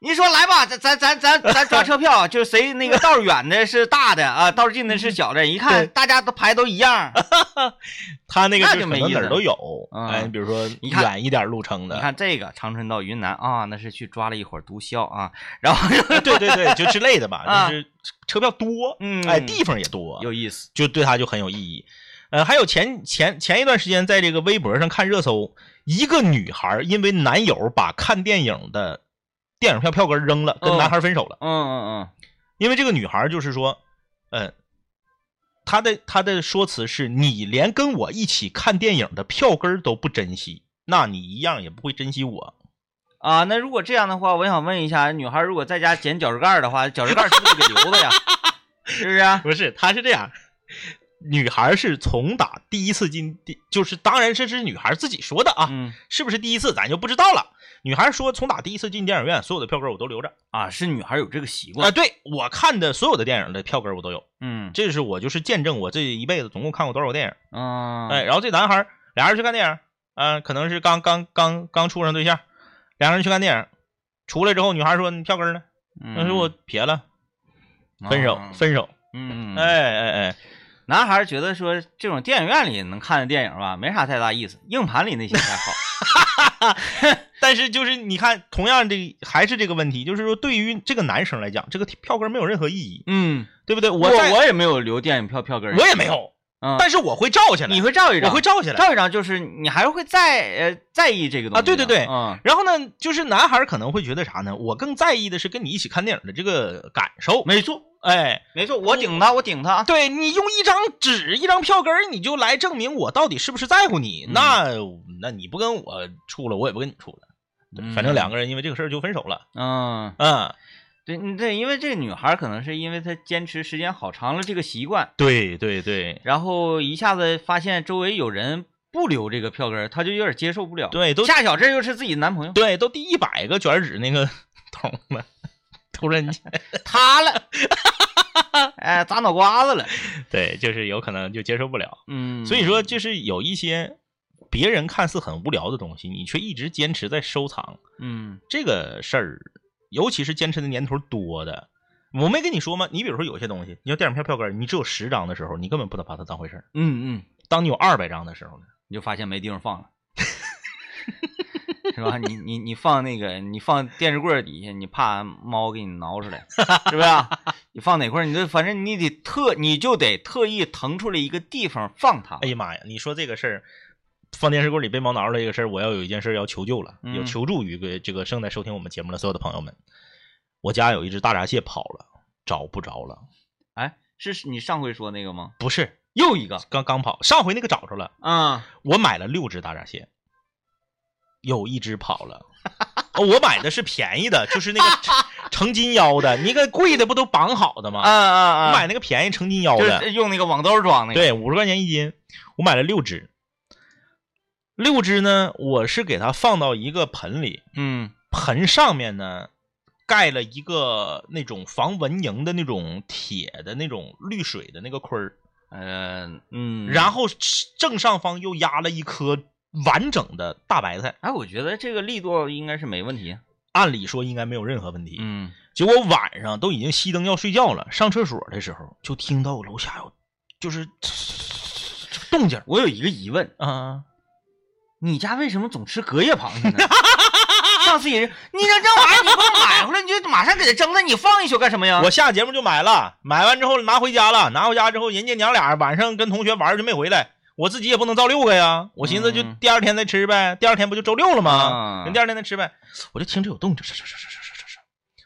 D: 你说来吧，咱咱咱咱咱抓车票，就是谁那个道儿远的是大的啊，道儿近的是小的，一看
E: 对
D: 大家都排都一 样。
E: 他那个
D: 那
E: 是
D: 就
E: 可
D: 没
E: 能
D: 意
E: 哪儿
D: 思
E: 都有。
D: 啊
E: 哎，你比如说
D: 你看
E: 远一点路程
D: 你
E: 的，
D: 看这个长春到云南啊，那是去抓了一伙毒枭啊，然后
E: 对对对，就之类的吧，
D: 啊
E: 就是车票多，
D: 嗯
E: 哎，地方也多，
D: 有意思。
E: 就对他就很有意义。呃，还有前前前一段时间在这个微博上看热搜，一个女孩因为男友把看电影的电影票票根扔了，跟
D: 哦
E: 男孩分手了。
D: 嗯嗯
E: 因为这个女孩就是说，呃，她的她的说辞是你连跟我一起看电影的票根都不珍惜，那你一样也不会珍惜我。
D: 嗯啊，那如果这样的话，我想问一下，女孩如果在家捡脚趾盖儿的话，脚趾盖儿是不是得留着 呀？是不是啊？
E: 不是，她是这样。女孩是从打第一次进第，就是当然这是女孩自己说的啊，
D: 嗯
E: 是不是第一次咱就不知道了。女孩说，从打第一次进电影院，所有的票根我都留着。
D: 啊，是女孩有这个习
E: 啊、
D: 惯。
E: 对我看的所有的电影的票根我都有，
D: 嗯
E: 这是我就是见证我这一辈子总共看过多少个电影。
D: 嗯，
E: 哎，然后这男孩儿俩人去看电影，嗯、可能是刚刚刚刚处上对象，两个人去看电影，出来之后，女孩说你票根呢？
D: 嗯，啊
E: 那是我撇了，分手，分手。
D: 嗯，嗯，
E: 哎哎哎，
D: 男孩觉得说这种电影院里能看的电影吧，没啥太大意思，硬盘里那些 才好。
E: 但是就是你看，同样这还是这个问题，就是说对于这个男生来讲，这个票根没有任何意义，
D: 嗯，
E: 对不对？
D: 我
E: 在
D: 我也没有留电影票票根，
E: 我也没，有，
D: 嗯，
E: 但是我会照下来，
D: 你会照一张，
E: 我会照下来。
D: 照一张，就是你还会在呃在意这个东西
E: 啊对对对
D: 嗯
E: 然后呢，就是男孩儿可能会觉得啥呢？我更在意的是跟你一起看电影的这个感受。没错，哎，
D: 没错，我顶他，我顶他，
E: 对你用一张纸、一张票根儿，你就来证明我到底是不是在乎你。
D: 嗯
E: 那那你不跟我处了，我也不跟你处了。对反正两个人因为这个事儿就分手了。
D: 嗯，
E: 嗯，
D: 对，你对，因为这个女孩可能是因为她坚持时间好长了这个习惯，
E: 对对对
D: 然后一下子发现周围有人不留这个票根儿，她就有点接受不了。，
E: 对，都
D: 下小这又是自己的男朋友。
E: 对都第一百个卷纸那个 桶了，突然间，
D: 塌了， 哎，砸脑瓜子了，
E: 对，就是有可能就接受不了。
D: 嗯，
E: 所以说，就是有一些别人看似很无聊的东西，你却一直坚持在收藏
D: 嗯
E: 这个事儿，尤其是坚持的年头多的。我没跟你说吗？你比如说有些东西，你要电影票票根，你只有十张的时候，你根本不能把它当回事儿。
D: 嗯嗯，
E: 当你有二百张的时候呢，
D: 你就发现没地方放了。是吧？你你你放那个，你放电视柜儿底下，你怕猫给你挠出来，是不是啊？你放哪块儿，你就反正你得特，你就得特意腾出来一个地方放它。
E: 哎呀妈呀！你说这个事儿，放电视柜里被猫挠了这个事儿，我要有一件事儿要求救了，
D: 嗯
E: 有求助于个这个正在收听我们节目的所有的朋友们。我家有一只大闸蟹跑了，找不着了。
D: 哎，是你上回说那个吗？
E: 不是，
D: 又一个
E: 刚刚跑，上回那个找着了。
D: 啊，
E: 我买了六只大闸蟹，有一只跑了。哦我买的是便宜的，就是那个 成斤腰的，你个贵的不都绑好的吗？
D: 啊啊啊！
E: 我买那个便宜成斤腰
D: 就
E: 的，
D: 是用那个网兜装那个。
E: 对，五十块钱一斤，我买了六只。六只呢，我是给它放到一个盆里，
D: 嗯
E: 盆上面呢盖了一个那种防蚊蝇的那种铁的那种滤水的那个盔儿，
D: 呃嗯，
E: 然后正上方又压了一颗完整的大白菜。
D: 哎，我觉得这个力度应该是没问题。啊
E: 按理说应该没有任何问题。
D: 嗯，
E: 结果晚上都已经熄灯要睡觉了，上厕所的时候就听到楼下有就是动静儿
D: 我有一个疑问，
E: 啊，
D: 你家为什么总吃隔夜螃蟹呢？ 上次也是，你这这玩意儿你给我买回来，你就马上给它蒸了，你放一宿干什么呀？
E: 我下节目就买了，买完之后拿回家了，拿回家之后人家娘俩晚上跟同学玩儿就没回来。我自己也不能造六个呀，我寻思就
D: 嗯
E: 第二天再吃呗，第二天不就周六了吗？
D: 啊
E: 人第二天再吃呗，我就听着有动静，唰唰唰唰唰唰唰，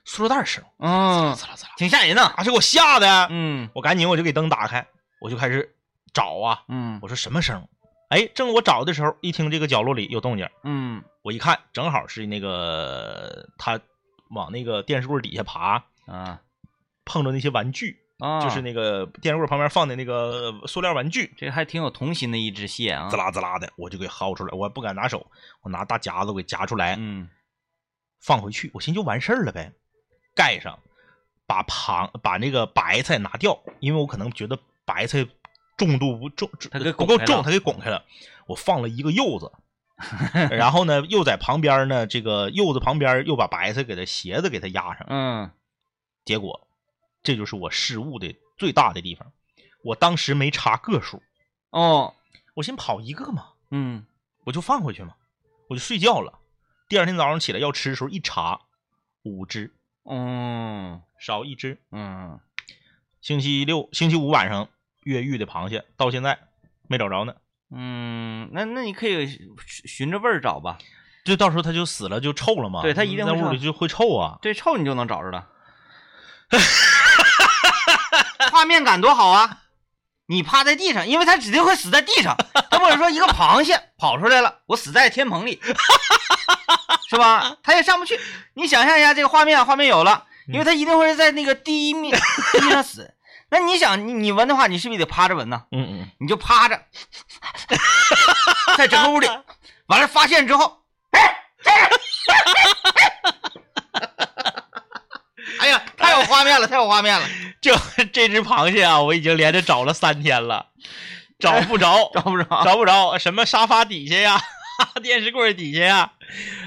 E: 塑料袋儿声，
D: 嗯，
E: 滋啦滋啦，
D: 挺吓人呐。
E: 啊，这给我吓的，
D: 嗯
E: 我赶紧我就给灯打开，我就开始找啊，
D: 嗯
E: 我说什么声？哎，正我找的时候，一听这个角落里有动静，
D: 嗯
E: 我一看，正好是那个他往那个电视柜底下爬，
D: 啊
E: 碰着那些玩具，
D: 啊，
E: 就是那个电视柜旁边放的那个塑料玩具，
D: 这还挺有童心的一只蟹啊
E: 滋。啦滋啦的，我就给薅出来，我不敢拿手，我拿大夹子我给夹出来，
D: 嗯
E: 放回去，我寻思就完事儿了呗，盖上，把螃把那个白菜拿掉，因为我可能觉得白菜重度不重，重
D: 它给
E: 不
D: 拱
E: 够
D: 开
E: 重，
D: 了
E: 它给拱开了。我放了一个 柚子，然后呢，又在旁边呢，这个柚子旁边又把白菜给它鞋子给它压上，
D: 嗯
E: 结果这就是我失误的最大的地方。我当时没查个数，
D: 哦
E: 我寻思跑一个嘛，
D: 嗯
E: 我就放回去嘛，我就睡觉了。第二天早上起来要吃的时候一查，五只
D: 嗯
E: 少一只。
D: 嗯，
E: 星期六、星期五晚上越狱的螃蟹，到现在没找着呢。
D: 嗯，那那你可以循循着味儿找吧，
E: 就到时候它就死了，就臭了嘛。
D: 对它一定
E: 在
D: 会
E: 屋里
D: 臭
E: 就会臭啊。
D: 对，臭你就能找着了。画面感多好啊！你趴在地上，因为它指定会死在地上。它或者说一个螃蟹跑出来了，我死在天棚里，是吧？它也上不去。你想象一下这个画面，啊画面有了，因为它一定会在那个第一面地上死。那你想，你你闻的话，你是不是得趴着闻呢？
E: 嗯嗯，
D: 你就趴 着，在整个屋里，完了发现之后， 哎呀，太有画面了，太有画面了，
E: 这这只螃蟹啊，我已经连着找了三天了， 找不着，
D: 找不着。
E: 找不着，什么沙发底下呀，电视柜底下呀，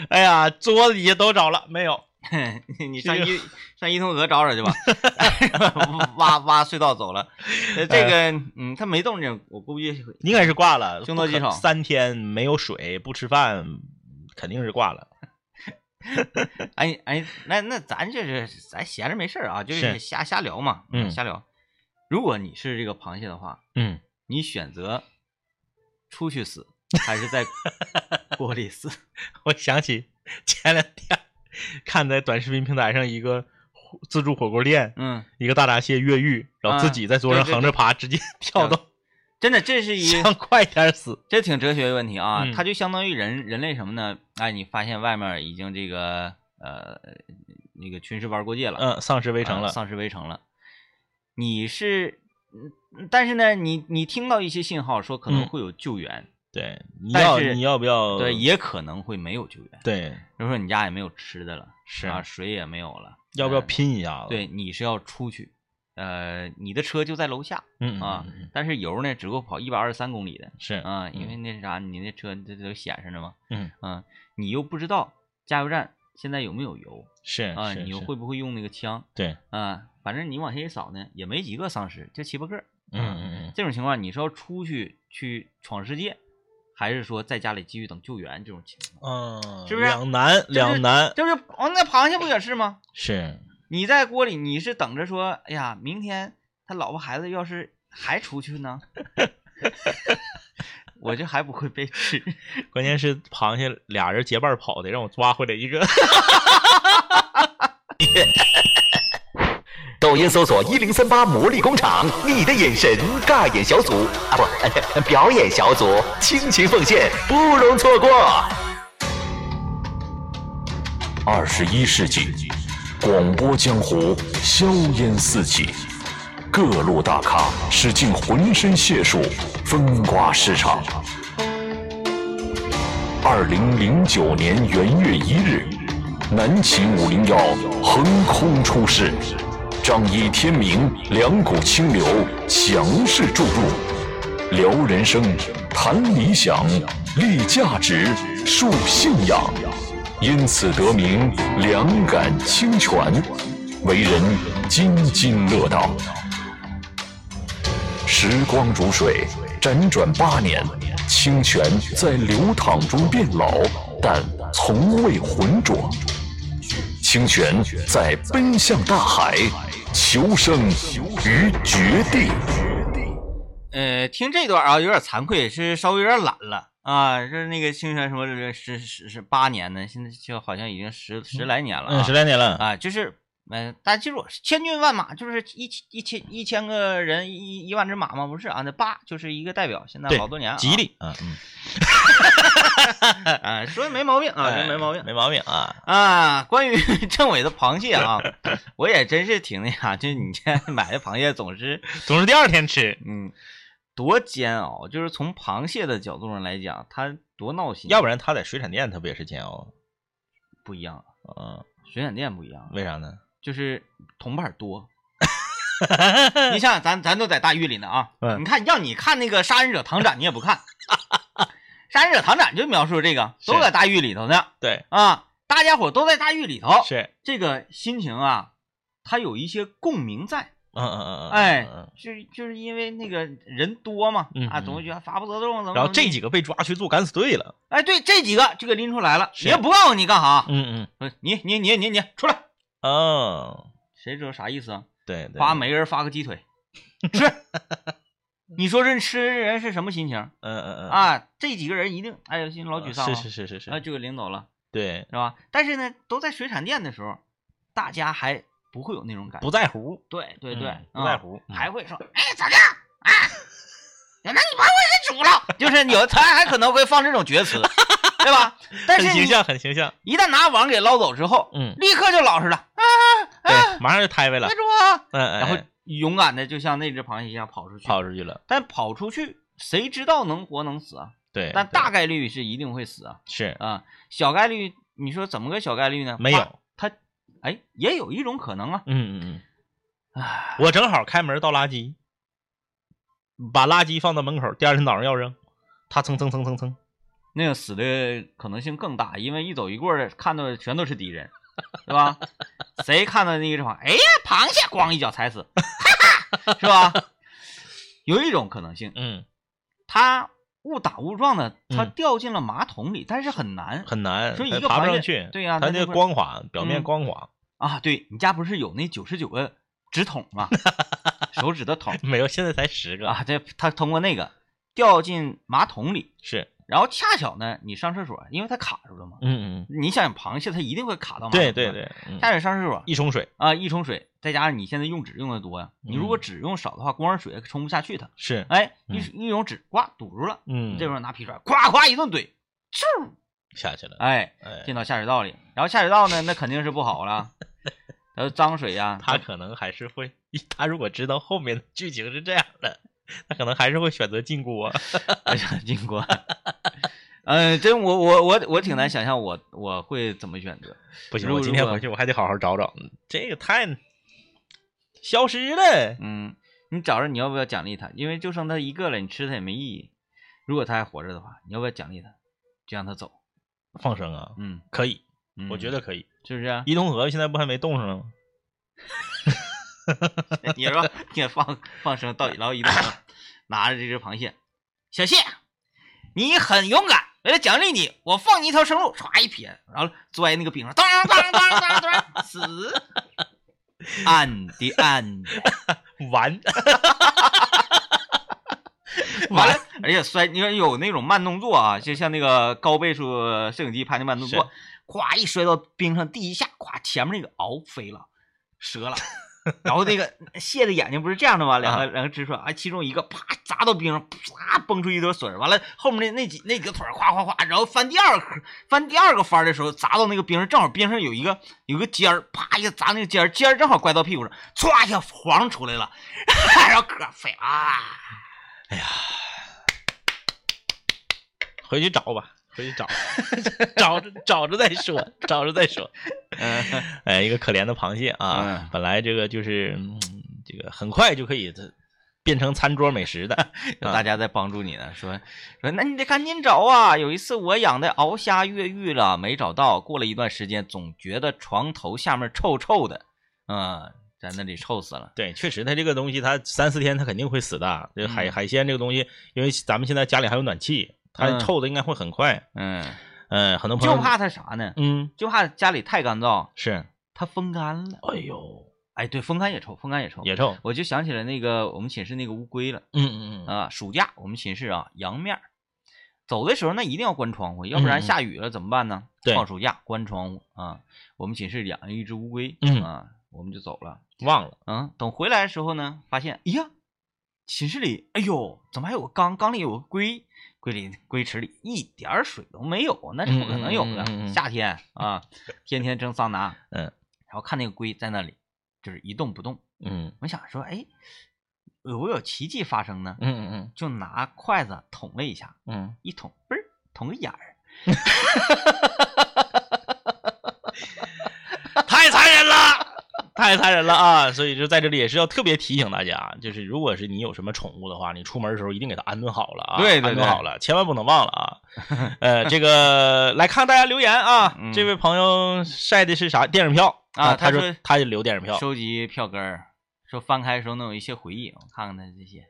E: 哎呀，桌子底下都找了，没有。
D: 你上一上一通河找找去吧， 挖挖隧道走了。呃这个，嗯，他没动静，我估计
E: 哎应该是挂了，
D: 凶多吉少
E: 不可三天没有水，不吃饭，肯定是挂了。
D: 哎哎，那那咱就是咱闲着没事儿啊，就是
E: 是
D: 瞎瞎聊嘛，
E: 嗯
D: 瞎聊。如果你是这个螃蟹的话，
E: 嗯，
D: 你选择出去死还是在 锅里死？
E: 我想起前两天看在短视频平台上一个火自助火锅店，
D: 嗯，
E: 一个大闸蟹越狱，然后自己在桌上
D: 啊对对
E: 横着 爬，直接跳到
D: 真的，这是一
E: 想快点死。
D: 这挺哲学的问题啊，
E: 嗯
D: 它就相当于人人类什么呢？哎，你发现外面已经这个呃那个群尸玩过界了，
E: 嗯，丧尸围城
D: 啊
E: 了。
D: 丧尸围城了。你是，嗯但是呢，你你听到一些信号说可能
E: 嗯
D: 会有救援，
E: 对，你
D: 但
E: 要
D: 是
E: 你要不要？
D: 对，也可能会没有救援。
E: 对，
D: 就说你家也没有吃的了，
E: 是
D: 啊，水也没有了，
E: 要不要
D: 嗯？
E: 拼一下子？
D: 对，你是要出去，呃，你的车就在楼下
E: 嗯，嗯
D: 啊
E: 嗯，
D: 但是油呢只够跑一百二十三公里的
E: 是
D: 啊，因为
E: 嗯
D: 那啥，你那车这都显示了嘛，
E: 嗯
D: 啊，你又不知道加油站现在有没有油
E: 是
D: 啊，
E: 嗯是
D: 你又
E: 是
D: 会不会用那个枪
E: 对，
D: 啊？反正你往下一扫呢，也没几个丧尸，就七八个儿。啊
E: 嗯嗯
D: 这种情况，你是要出去去闯世界，还是说在家里继续等救援这种情况？
E: 嗯，嗯
D: 是不是
E: 两难两难？
D: 就是哦，那螃蟹不也是吗？
E: 是，
D: 你在锅里，你是等着说，哎呀，明天他老婆孩子要是还出去呢， 我就还不会被吃。
E: 关键是螃蟹俩人结伴跑的，让我抓回来一个。
F: 抖音搜索一零三八魔力工厂，你的眼神尬演小组啊不 呃，表演小组倾情奉献，不容错过。
G: 二十一世纪，广播江湖硝烟四起，各路大咖使尽浑身解数风刮市场。二零零九年元月一日，南秦五零幺横空出世，仗义天明，两股清流强势注入，聊人生，谈理想，立价值，树信仰，因此得名两感清泉，为人津津乐道。时光如水，辗转八年，清泉在流淌中变老，但从未浑浊。清泉在奔向大海，求生于绝地。
D: 呃，听这段啊，有点惭愧，是稍微有点懒了啊。是那个清泉什么十十十八年呢，现在就好像已经十十来年了、啊
E: 嗯，十来年了。
D: 啊，就是嗯、呃大家记住，千军万马就是一千一千一千个人一一万只马吗？不是啊，那八就是一个代表，现在
E: 对
D: 好多年、啊，
E: 吉利啊，嗯
D: 啊，说的没毛病啊，
E: 哎
D: 这没毛病
E: 没毛病啊。
D: 啊。关于 政委的螃蟹 啊，我也真是挺那啥，就是你现在 买的螃蟹总是
E: 总是第二天吃，
D: 嗯，多煎熬，就是从螃蟹的角度上来讲，它多闹心，
E: 要不然他在水产店他不也是煎熬？
D: 不一样，
E: 嗯，
D: 水产店不一样，
E: 为啥呢？
D: 就是铜板 多。你想想，咱咱都在大狱里呢啊！
E: 嗯
D: 你看，让你看那个《杀人者唐斩》，你也不看，《杀人者唐斩》就描述这个，都
E: 是
D: 在大狱里头呢
E: 对，
D: 啊！大家伙都在大狱里头，
E: 是，
D: 这个心情啊，它有一些共鸣在，
E: 嗯嗯嗯嗯，
D: 哎
E: 嗯，嗯
D: 就是就是因为那个人多嘛，
E: 嗯
D: 啊，
E: 嗯
D: 总会觉得法不责众，怎么？
E: 然后这
D: 几，
E: 几个被抓去做敢死队了。
D: 哎，对，这几个这个拎出来了，
E: 是
D: 也不告诉你干啥，
E: 嗯
D: 说你你你你你出来，
E: 嗯，哦，
D: 谁知道啥意思啊？
E: 对对，
D: 发每个人发个鸡 腿，吃。你说这吃人是什么心情
E: 嗯嗯嗯，
D: 啊？这几个人一定，哎呀，心里老沮丧了，
E: 是是是是
D: 啊，
E: 是，
D: 就给领走了，
E: 对，
D: 是吧？但是呢，都在水产店的时候，大家还不会有那种感觉，
E: 不在乎，
D: 对对对，
E: 嗯不
D: 啊
E: 在乎，嗯
D: 还会说，哎，咋的啊？那你把我给煮了，就是有他还可能会放这种厥词，对吧？但
E: 很
D: 是
E: 形
D: 你啊
E: 象，很形象。
D: 一旦拿网给捞走之后，
E: 嗯，
D: 立刻就老实了，啊
E: 对，马上就胎位了
D: 逮，住我！
E: 嗯，哎
D: 然后
E: 哎
D: 勇敢的就像那只螃蟹一样跑出去，
E: 跑出去了，
D: 但跑出去谁知道能活能死啊？
E: 对，
D: 但
E: 对
D: 大概率是一定会死啊
E: 是
D: 啊，小概率你说怎么个小概率呢？
E: 没有
D: 啪，他哎也有一种可能啊，
E: 嗯嗯嗯，
D: 唉
E: 我正好开门倒垃圾，把垃圾放到门口，第二天早上要扔，他蹭蹭蹭蹭蹭，
D: 那个死的可能性更大，因为一走一过的看到的全都是敌人，是吧？谁看到那个地方，哎呀，螃蟹，咣一脚踩死，哈哈，是吧？有一种可能性，
E: 嗯，
D: 他误打误撞的，他
E: 嗯
D: 掉进了马桶里，但是很难
E: 很难，
D: 所以
E: 他
D: 一个
E: 爬不
D: 螃
E: 上
D: 蟹
E: 去，
D: 对呀
E: 它
D: 它
E: 那
D: 就会
E: 光滑，表面
D: 嗯
E: 光滑，
D: 啊。对你家不是有那九十九个纸筒吗？手指的 筒
E: 没有，现在才十个，
D: 啊，这他通过那个掉进马桶里，
E: 是，
D: 然后恰巧呢，你上厕所，因为它卡住了嘛。
E: 嗯嗯，
D: 你想想，螃蟹它一定会卡到马桶，
E: 对对。对，嗯
D: 下水上厕所
E: 一冲水
D: 啊，一冲水，再加上你现在用纸用的多呀，你如果
E: 嗯
D: 只用少的话，光是水冲不下去它。
E: 是，
D: 哎，
E: 嗯
D: 一一用纸，呱堵住了，
E: 嗯，
D: 这时候拿砒霜，咵咵一顿怼，咻，
E: 下去了，
D: 哎，
E: 哎，
D: 进到下水道里，然后下水道呢，那肯定是不好 了，它脏水呀，
E: 他可能还是会， 他如果知 道后面的剧情是这样的，他可能还是会选择进锅。
D: 我想经过，嗯，真我我我我挺难想象我我会怎么选择。
E: 不行，
D: 如
E: 我今天
D: 如果
E: 回去我还得好好找找，这个太消失了。
D: 嗯，你找着你要不要奖励他？因为就剩他一个了，你吃他也没意义。如果他还活着的话，你要不要奖励他，就让他走？
E: 放生啊，
D: 嗯，
E: 可以，我
D: 嗯
E: 觉得可以。
D: 是不是、啊？
E: 伊通河现在不还没冻上了吗？
D: 你说你放放生到然后一动手拿着这只螃蟹，小谢，你很勇敢，为了奖励你，我放你一条生路，唰一撇，然后拽那个饼上，当当当当当，死。暗的暗的，
E: 完，
D: 完了，而且摔，你看有那种慢动作啊，就像那个高倍数摄影机拍那慢动作，咵一摔到冰上，第一下，咵前面那个鳌飞了，折 了，然后那个蟹的眼睛不是这样的吗？两个两个支出，哎，其中一个啪砸到冰上，啪蹦出一坨水儿，完了后面那那几那几个腿儿哗哗哗，然后翻第二个翻第二个翻儿的时候砸到那个冰上，正好冰上有一个有个尖儿，啪一下砸那个尖儿，尖儿正好拐到屁股上，歘一下黄出来了， 然后可飞啊。
E: 回去找吧，回去找，找着找着再说，找着再说。 哎，一个可怜的螃蟹啊
D: 嗯，
E: 本来这个就是嗯这个很快就可以这变成餐桌美食 的，啊
D: 大家在帮助你呢，说说那你得赶紧找啊！有一次我养的鳌虾越狱了，没找到，过了一段时间，总觉得床头下面臭臭的，嗯，在那里臭死了。
E: 对，确实，它这个东西，它三四天它肯定会死的。这海、
D: 嗯
E: 海鲜这个东西，因为咱们现在家里还有暖气，它
D: 嗯
E: 臭的应该会很快。
D: 嗯，
E: 嗯，很多朋友
D: 就怕它啥呢？
E: 嗯
D: 就怕家里太干燥，
E: 是，
D: 它风干了。
E: 哎呦
D: 哎，对，风干也臭，风干也臭。
E: 也臭。
D: 我就想起来那个我们寝室那个乌龟了
E: 嗯嗯嗯
D: 啊，暑假我们寝室啊阳面儿，走的时候那一定要关窗户，要不然
E: 嗯嗯
D: 下雨了怎么办呢？
E: 对
D: 放暑假关窗户啊。我们寝室养了一只乌龟，
E: 嗯
D: 啊，我们就走了。
E: 忘了
D: 嗯，等回来的时候呢，发现，哎呀，寝室里，哎呦，怎么还有个缸？缸里有个龟，龟里龟池里一点儿水都没有，那是不可能有的。
E: 嗯嗯嗯嗯嗯
D: 夏天啊，天天蒸桑拿，
E: 嗯
D: 然后看那个龟在那里，就是一动不动。
E: 嗯
D: 我想说，哎，有没有奇迹发生呢？
E: 嗯嗯
D: 就拿筷子捅了一下，
E: 嗯嗯，
D: 一捅，嘣儿，捅个眼儿。
E: 太残忍了。太残忍了啊！所以就在这里也是要特别提醒大家，啊就是如果是你有什么宠物的话，你出门的时候一定给它安顿好了啊，
D: 对对对
E: 安顿好了，千万不能忘了啊。呃，这个来看大家留言啊，
D: 嗯
E: 这位朋友晒的是啥电影票
D: 啊
E: 他
D: 他
E: 说
D: 说
E: 他就留电影票，
D: 收集票根儿，说翻开的时候能有一些回忆，我看看他这些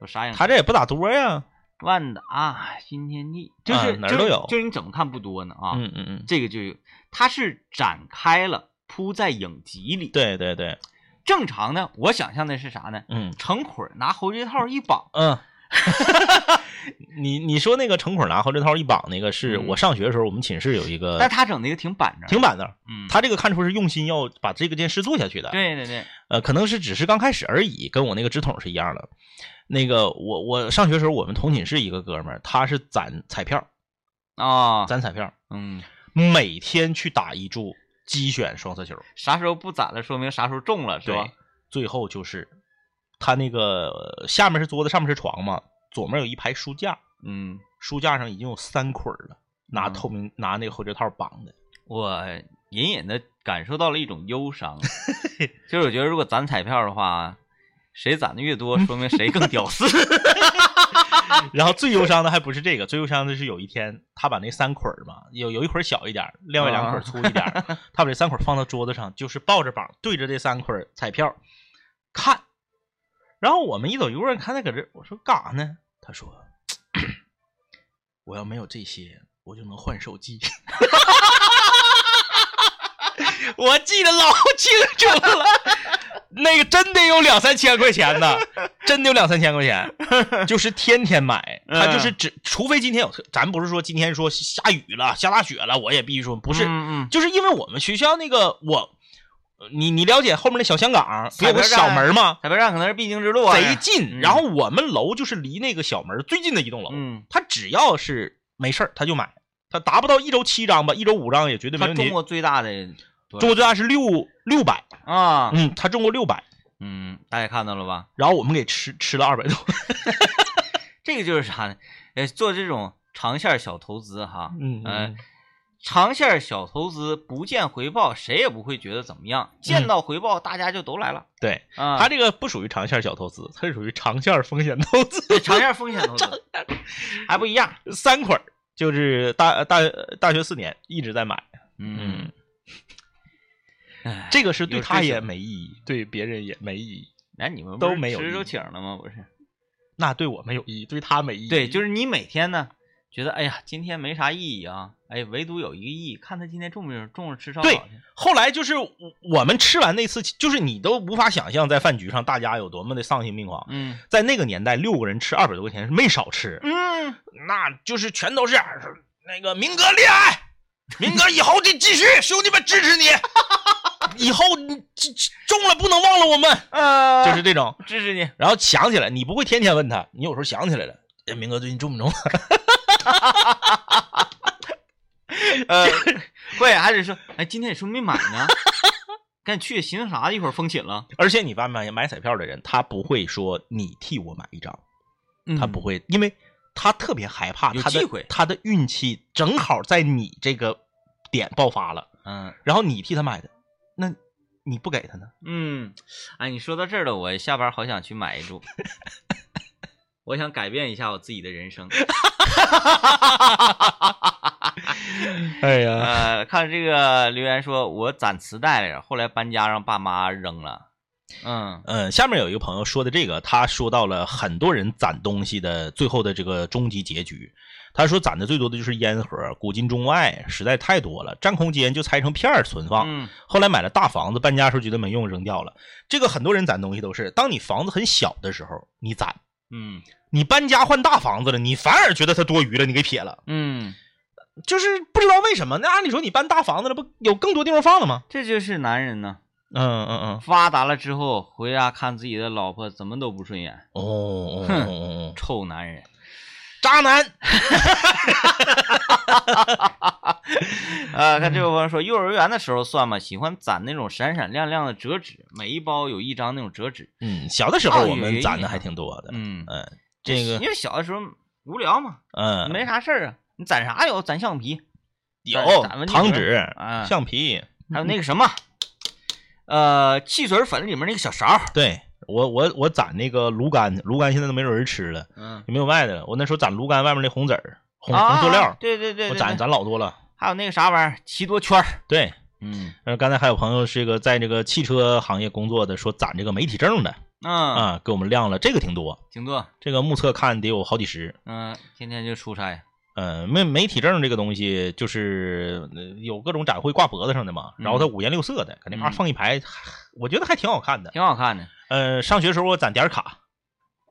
D: 都啥样。
E: 他这也不咋多呀。
D: 万达、新天地，就
E: 啊
D: 是、
E: 哪儿
D: 就是
E: 都有
D: 就是你怎么看不多呢啊？
E: 嗯嗯嗯，
D: 这个就有，它是展开了铺在影集里。，
E: 对对对，
D: 正常呢，我想象的是啥呢？
E: 嗯
D: 成捆儿拿猴子套一绑，
E: 嗯。你你说那个成捆拿猴子套一绑那个，是
D: 嗯
E: 我上学的时候，我们寝室有一个
D: 但他整那个挺板正，
E: 挺板凳，
D: 嗯，
E: 他这个看出是用心要把这个件事做下去的。
D: 对对对，
E: 呃，可能是只是刚开始而已，跟我那个纸筒是一样的。那个我我上学的时候，我们同寝室一个哥们儿，他是攒彩票，
D: 啊、
E: 攒彩票，
D: 嗯，
E: 每天去打一注，机选双色球，
D: 啥时候不攒了，说明啥时候中了，是
E: 对
D: 吧？
E: 最后就是他那个呃下面是桌子，上面是床嘛，左面有一排书架，
D: 嗯，
E: 书架上已经有三捆儿了，拿
D: 嗯
E: 透明、拿那个后折套绑的。
D: 我隐隐的感受到了一种忧 伤，就是我觉得如果攒彩票的话，谁攒的越多，说明谁 更屌丝。
E: 然后最忧伤的还不是这个，最忧伤的是有一天他把那三捆儿嘛，有有一捆儿小一点儿，另外两捆儿粗一点儿，他把这三捆儿放到桌子上，就是抱着膀对着这三捆儿彩票看。然后我们一走一过儿看他搁这儿，我说干啥呢？他说：“我要没有这些，我就能换手机。” 我记得老清楚了，那个真得有两三千块钱呢，真得有两三千块钱。就是天天买，他就是只，除非今天有特，咱不是说今天说下雨了、下大雪了，我也必须说不是，
D: 嗯嗯
E: 就是因为我们学校那个我，呃你你了解后面那小香港不有个小门吗？
D: 彩票站可能是必经之路啊，
E: 贼近，
D: 嗯
E: 然后我们楼就是离那个小门最近的一栋楼，
D: 嗯，
E: 他只要是没事儿他就买，他达不到一周七张吧，一周五张也绝对
D: 他
E: 没问题
D: 中。国最大的多
E: 中国最大是六六百，
D: 啊，
E: 嗯，他中国六百，
D: 嗯，大家看到了吧？
E: 然后我们给吃吃了二百多，
D: 这个就是啥呢？呃，做这种长线小投资哈，
E: 嗯
D: 呃，长线小投资不见回报，谁也不会觉得怎么样，
E: 嗯
D: 见到回报大家就都来了
E: 对，
D: 啊。
E: 它这个不属于长线小投资，它是属于长线风险投资，
D: 对长线风险投 资 还不一样，
E: 三捆儿，就是大大大学四年一直在买，嗯
D: 嗯，哎，
E: 这个是对
D: 有
E: 他
D: 追
E: 也
D: 求
E: 没意义，对别人也没意义，
D: 那你们
E: 都没有
D: 十
E: 意
D: 周
E: 义
D: 请了吗？不是，
E: 那对我没有意义，对他没意义。
D: 对，就是你每天呢，觉得哎呀，今天没啥意义啊，哎，唯独有一个意义，看他今天中不中，中了吃烧烤
E: 对
D: 去。
E: 后来就是我我们吃完那次，就是你都无法想象在饭局上大家有多么的丧心病狂。
D: 嗯
E: 在那个年代，六个人吃二百多块钱是没少吃，
D: 嗯，
E: 那就是全都是那个明哥厉害，明哥以后得继续，兄弟们支持你，以后你这这中了不能忘了我们，
D: 呃，
E: 就是这种。
D: 支 持你。
E: 然后想起来，你不会天天问他，你有时候想起来了，哎，明哥最近中不中？
D: 呃，会还得说，哎，今天也说没买呢， 赶紧去，寻思啥？一会儿封寝了。
E: 而且你发没发现，买彩票的人他不会说你替我买一张，
D: 嗯
E: 他不会，因为他特别害怕
D: 有
E: 他的
D: 忌讳
E: 他的运气正好在你这个点爆发了，
D: 嗯
E: 然后你替他买的，那你不给他呢？
D: 嗯，哎，你说到这儿了，我下班好想去买一 注，我想改变一下我自己的人生。
E: 哎 呀，
D: 呃，看这个留言说，我攒磁带来着，后来搬家让爸妈扔了。嗯
E: 嗯，下面有一个朋友说的这个，他说到了很多人攒东西的最后的这个终极结局。他说攒的最多的就是烟盒，古今中外实在太多了，占空间就拆成片儿存放。
D: 嗯
E: 后来买了大房子，搬家时候觉得没用，扔掉了。这个很多人攒东西都是，当你房子很小的时候，你攒；
D: 嗯
E: 你搬家换大房子了，你反而觉得它多余了，你给撇了。
D: 嗯，
E: 就是不知道为什么，那按理说你搬大房子了，不有更多地方放了吗？
D: 这就是男人呢，
E: 嗯嗯嗯，
D: 发达了之后回家看自己的老婆怎么都不顺眼，
E: 哦哦哦哦，
D: 臭男人。
E: 渣男。
D: 啊，看这位朋友 说，幼儿园的时候算吗？喜欢攒那种闪闪亮亮的折纸，每一包有一张那种折纸。
E: 嗯，小的时候我
D: 哦有
E: 们
D: 一
E: 攒的
D: 样
E: 还挺多的。
D: 嗯，
E: 嗯，这个
D: 因为小的时候无聊嘛，
E: 嗯
D: 没啥事儿啊，你攒啥有？攒橡皮，
E: 有
D: 攒文具
E: 糖
D: 盒
E: 纸
D: 啊、
E: 橡嗯皮，
D: 还有那个什么，呃，汽水粉里面那个小勺儿。
E: 对我我我攒那个芦柑，芦柑现在都没有人吃了。
D: 嗯，
E: 也没有卖的了。我那时候攒芦柑外面那红籽儿、红
D: 啊
E: 红塑料儿，
D: 对对对，
E: 我
D: 对
E: 攒
D: 对
E: 攒老多了。
D: 还有那个啥玩意儿，奇多圈儿。
E: 对，
D: 嗯
E: 呃，刚才还有朋友这个在这个汽车行业工作的，说攒这个媒体证的
D: 嗯，
E: 啊，给我们亮了，这个挺多，
D: 挺多。
E: 这个目测看得有好几十。
D: 嗯，天天就出差。
E: 嗯，媒媒体证这个东西就是呃有各种展会挂脖子上的嘛，然后它五颜六色的，肯定啊
D: 嗯
E: 放一排，我觉得还挺好看的。
D: 挺好看的。
E: 呃，上学时候我攒点儿卡，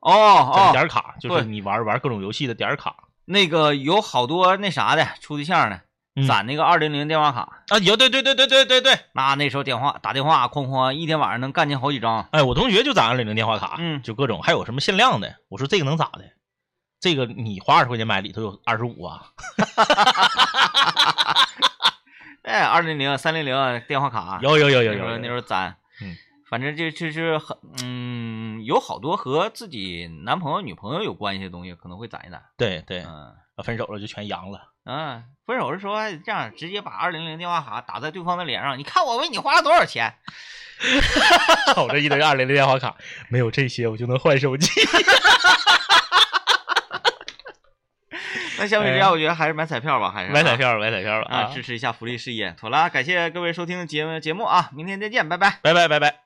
D: 哦
E: 攒点
D: 哦，
E: 儿卡，就是
D: 对
E: 你玩玩各种游戏的点儿卡
D: 那个有好多那啥的，处对象的，
E: 嗯
D: 攒那个二零零电话卡。
E: 啊，有对对对对对对对，
D: 那那时候电话打电话，哐哐一天晚上能干进好几张。
E: 哎，我同学就攒二零零电话卡，
D: 嗯
E: 就各种，还有什么限量的。我说这个能咋的？这个你花二十块钱买，里头有二十五啊。
D: 哎，二零零、三零零电话卡，
E: 有有有有
D: 那时候
E: 有
D: 那时候攒，
E: 嗯，
D: 反正就就是很嗯，有好多和自己男朋友、女朋友有关系的东西，可能会攒一攒。
E: 对对，啊
D: 嗯
E: 分手了就全扬了。
D: 嗯，分手的时候还这样，直接把二零零电话卡打在对方的脸上，你看我为你花了多少钱？
E: 瞅着一堆二零零电话卡，没有这些我就能换手机。
D: 那相比之
E: 哎
D: 下，我觉得还是买彩票吧，还是
E: 买彩
D: 啊
E: 票，买彩票了
D: 啊，支持一下福利事业。妥了，感谢各位收听节目节目啊，明天再见，拜拜。
E: 拜拜拜拜。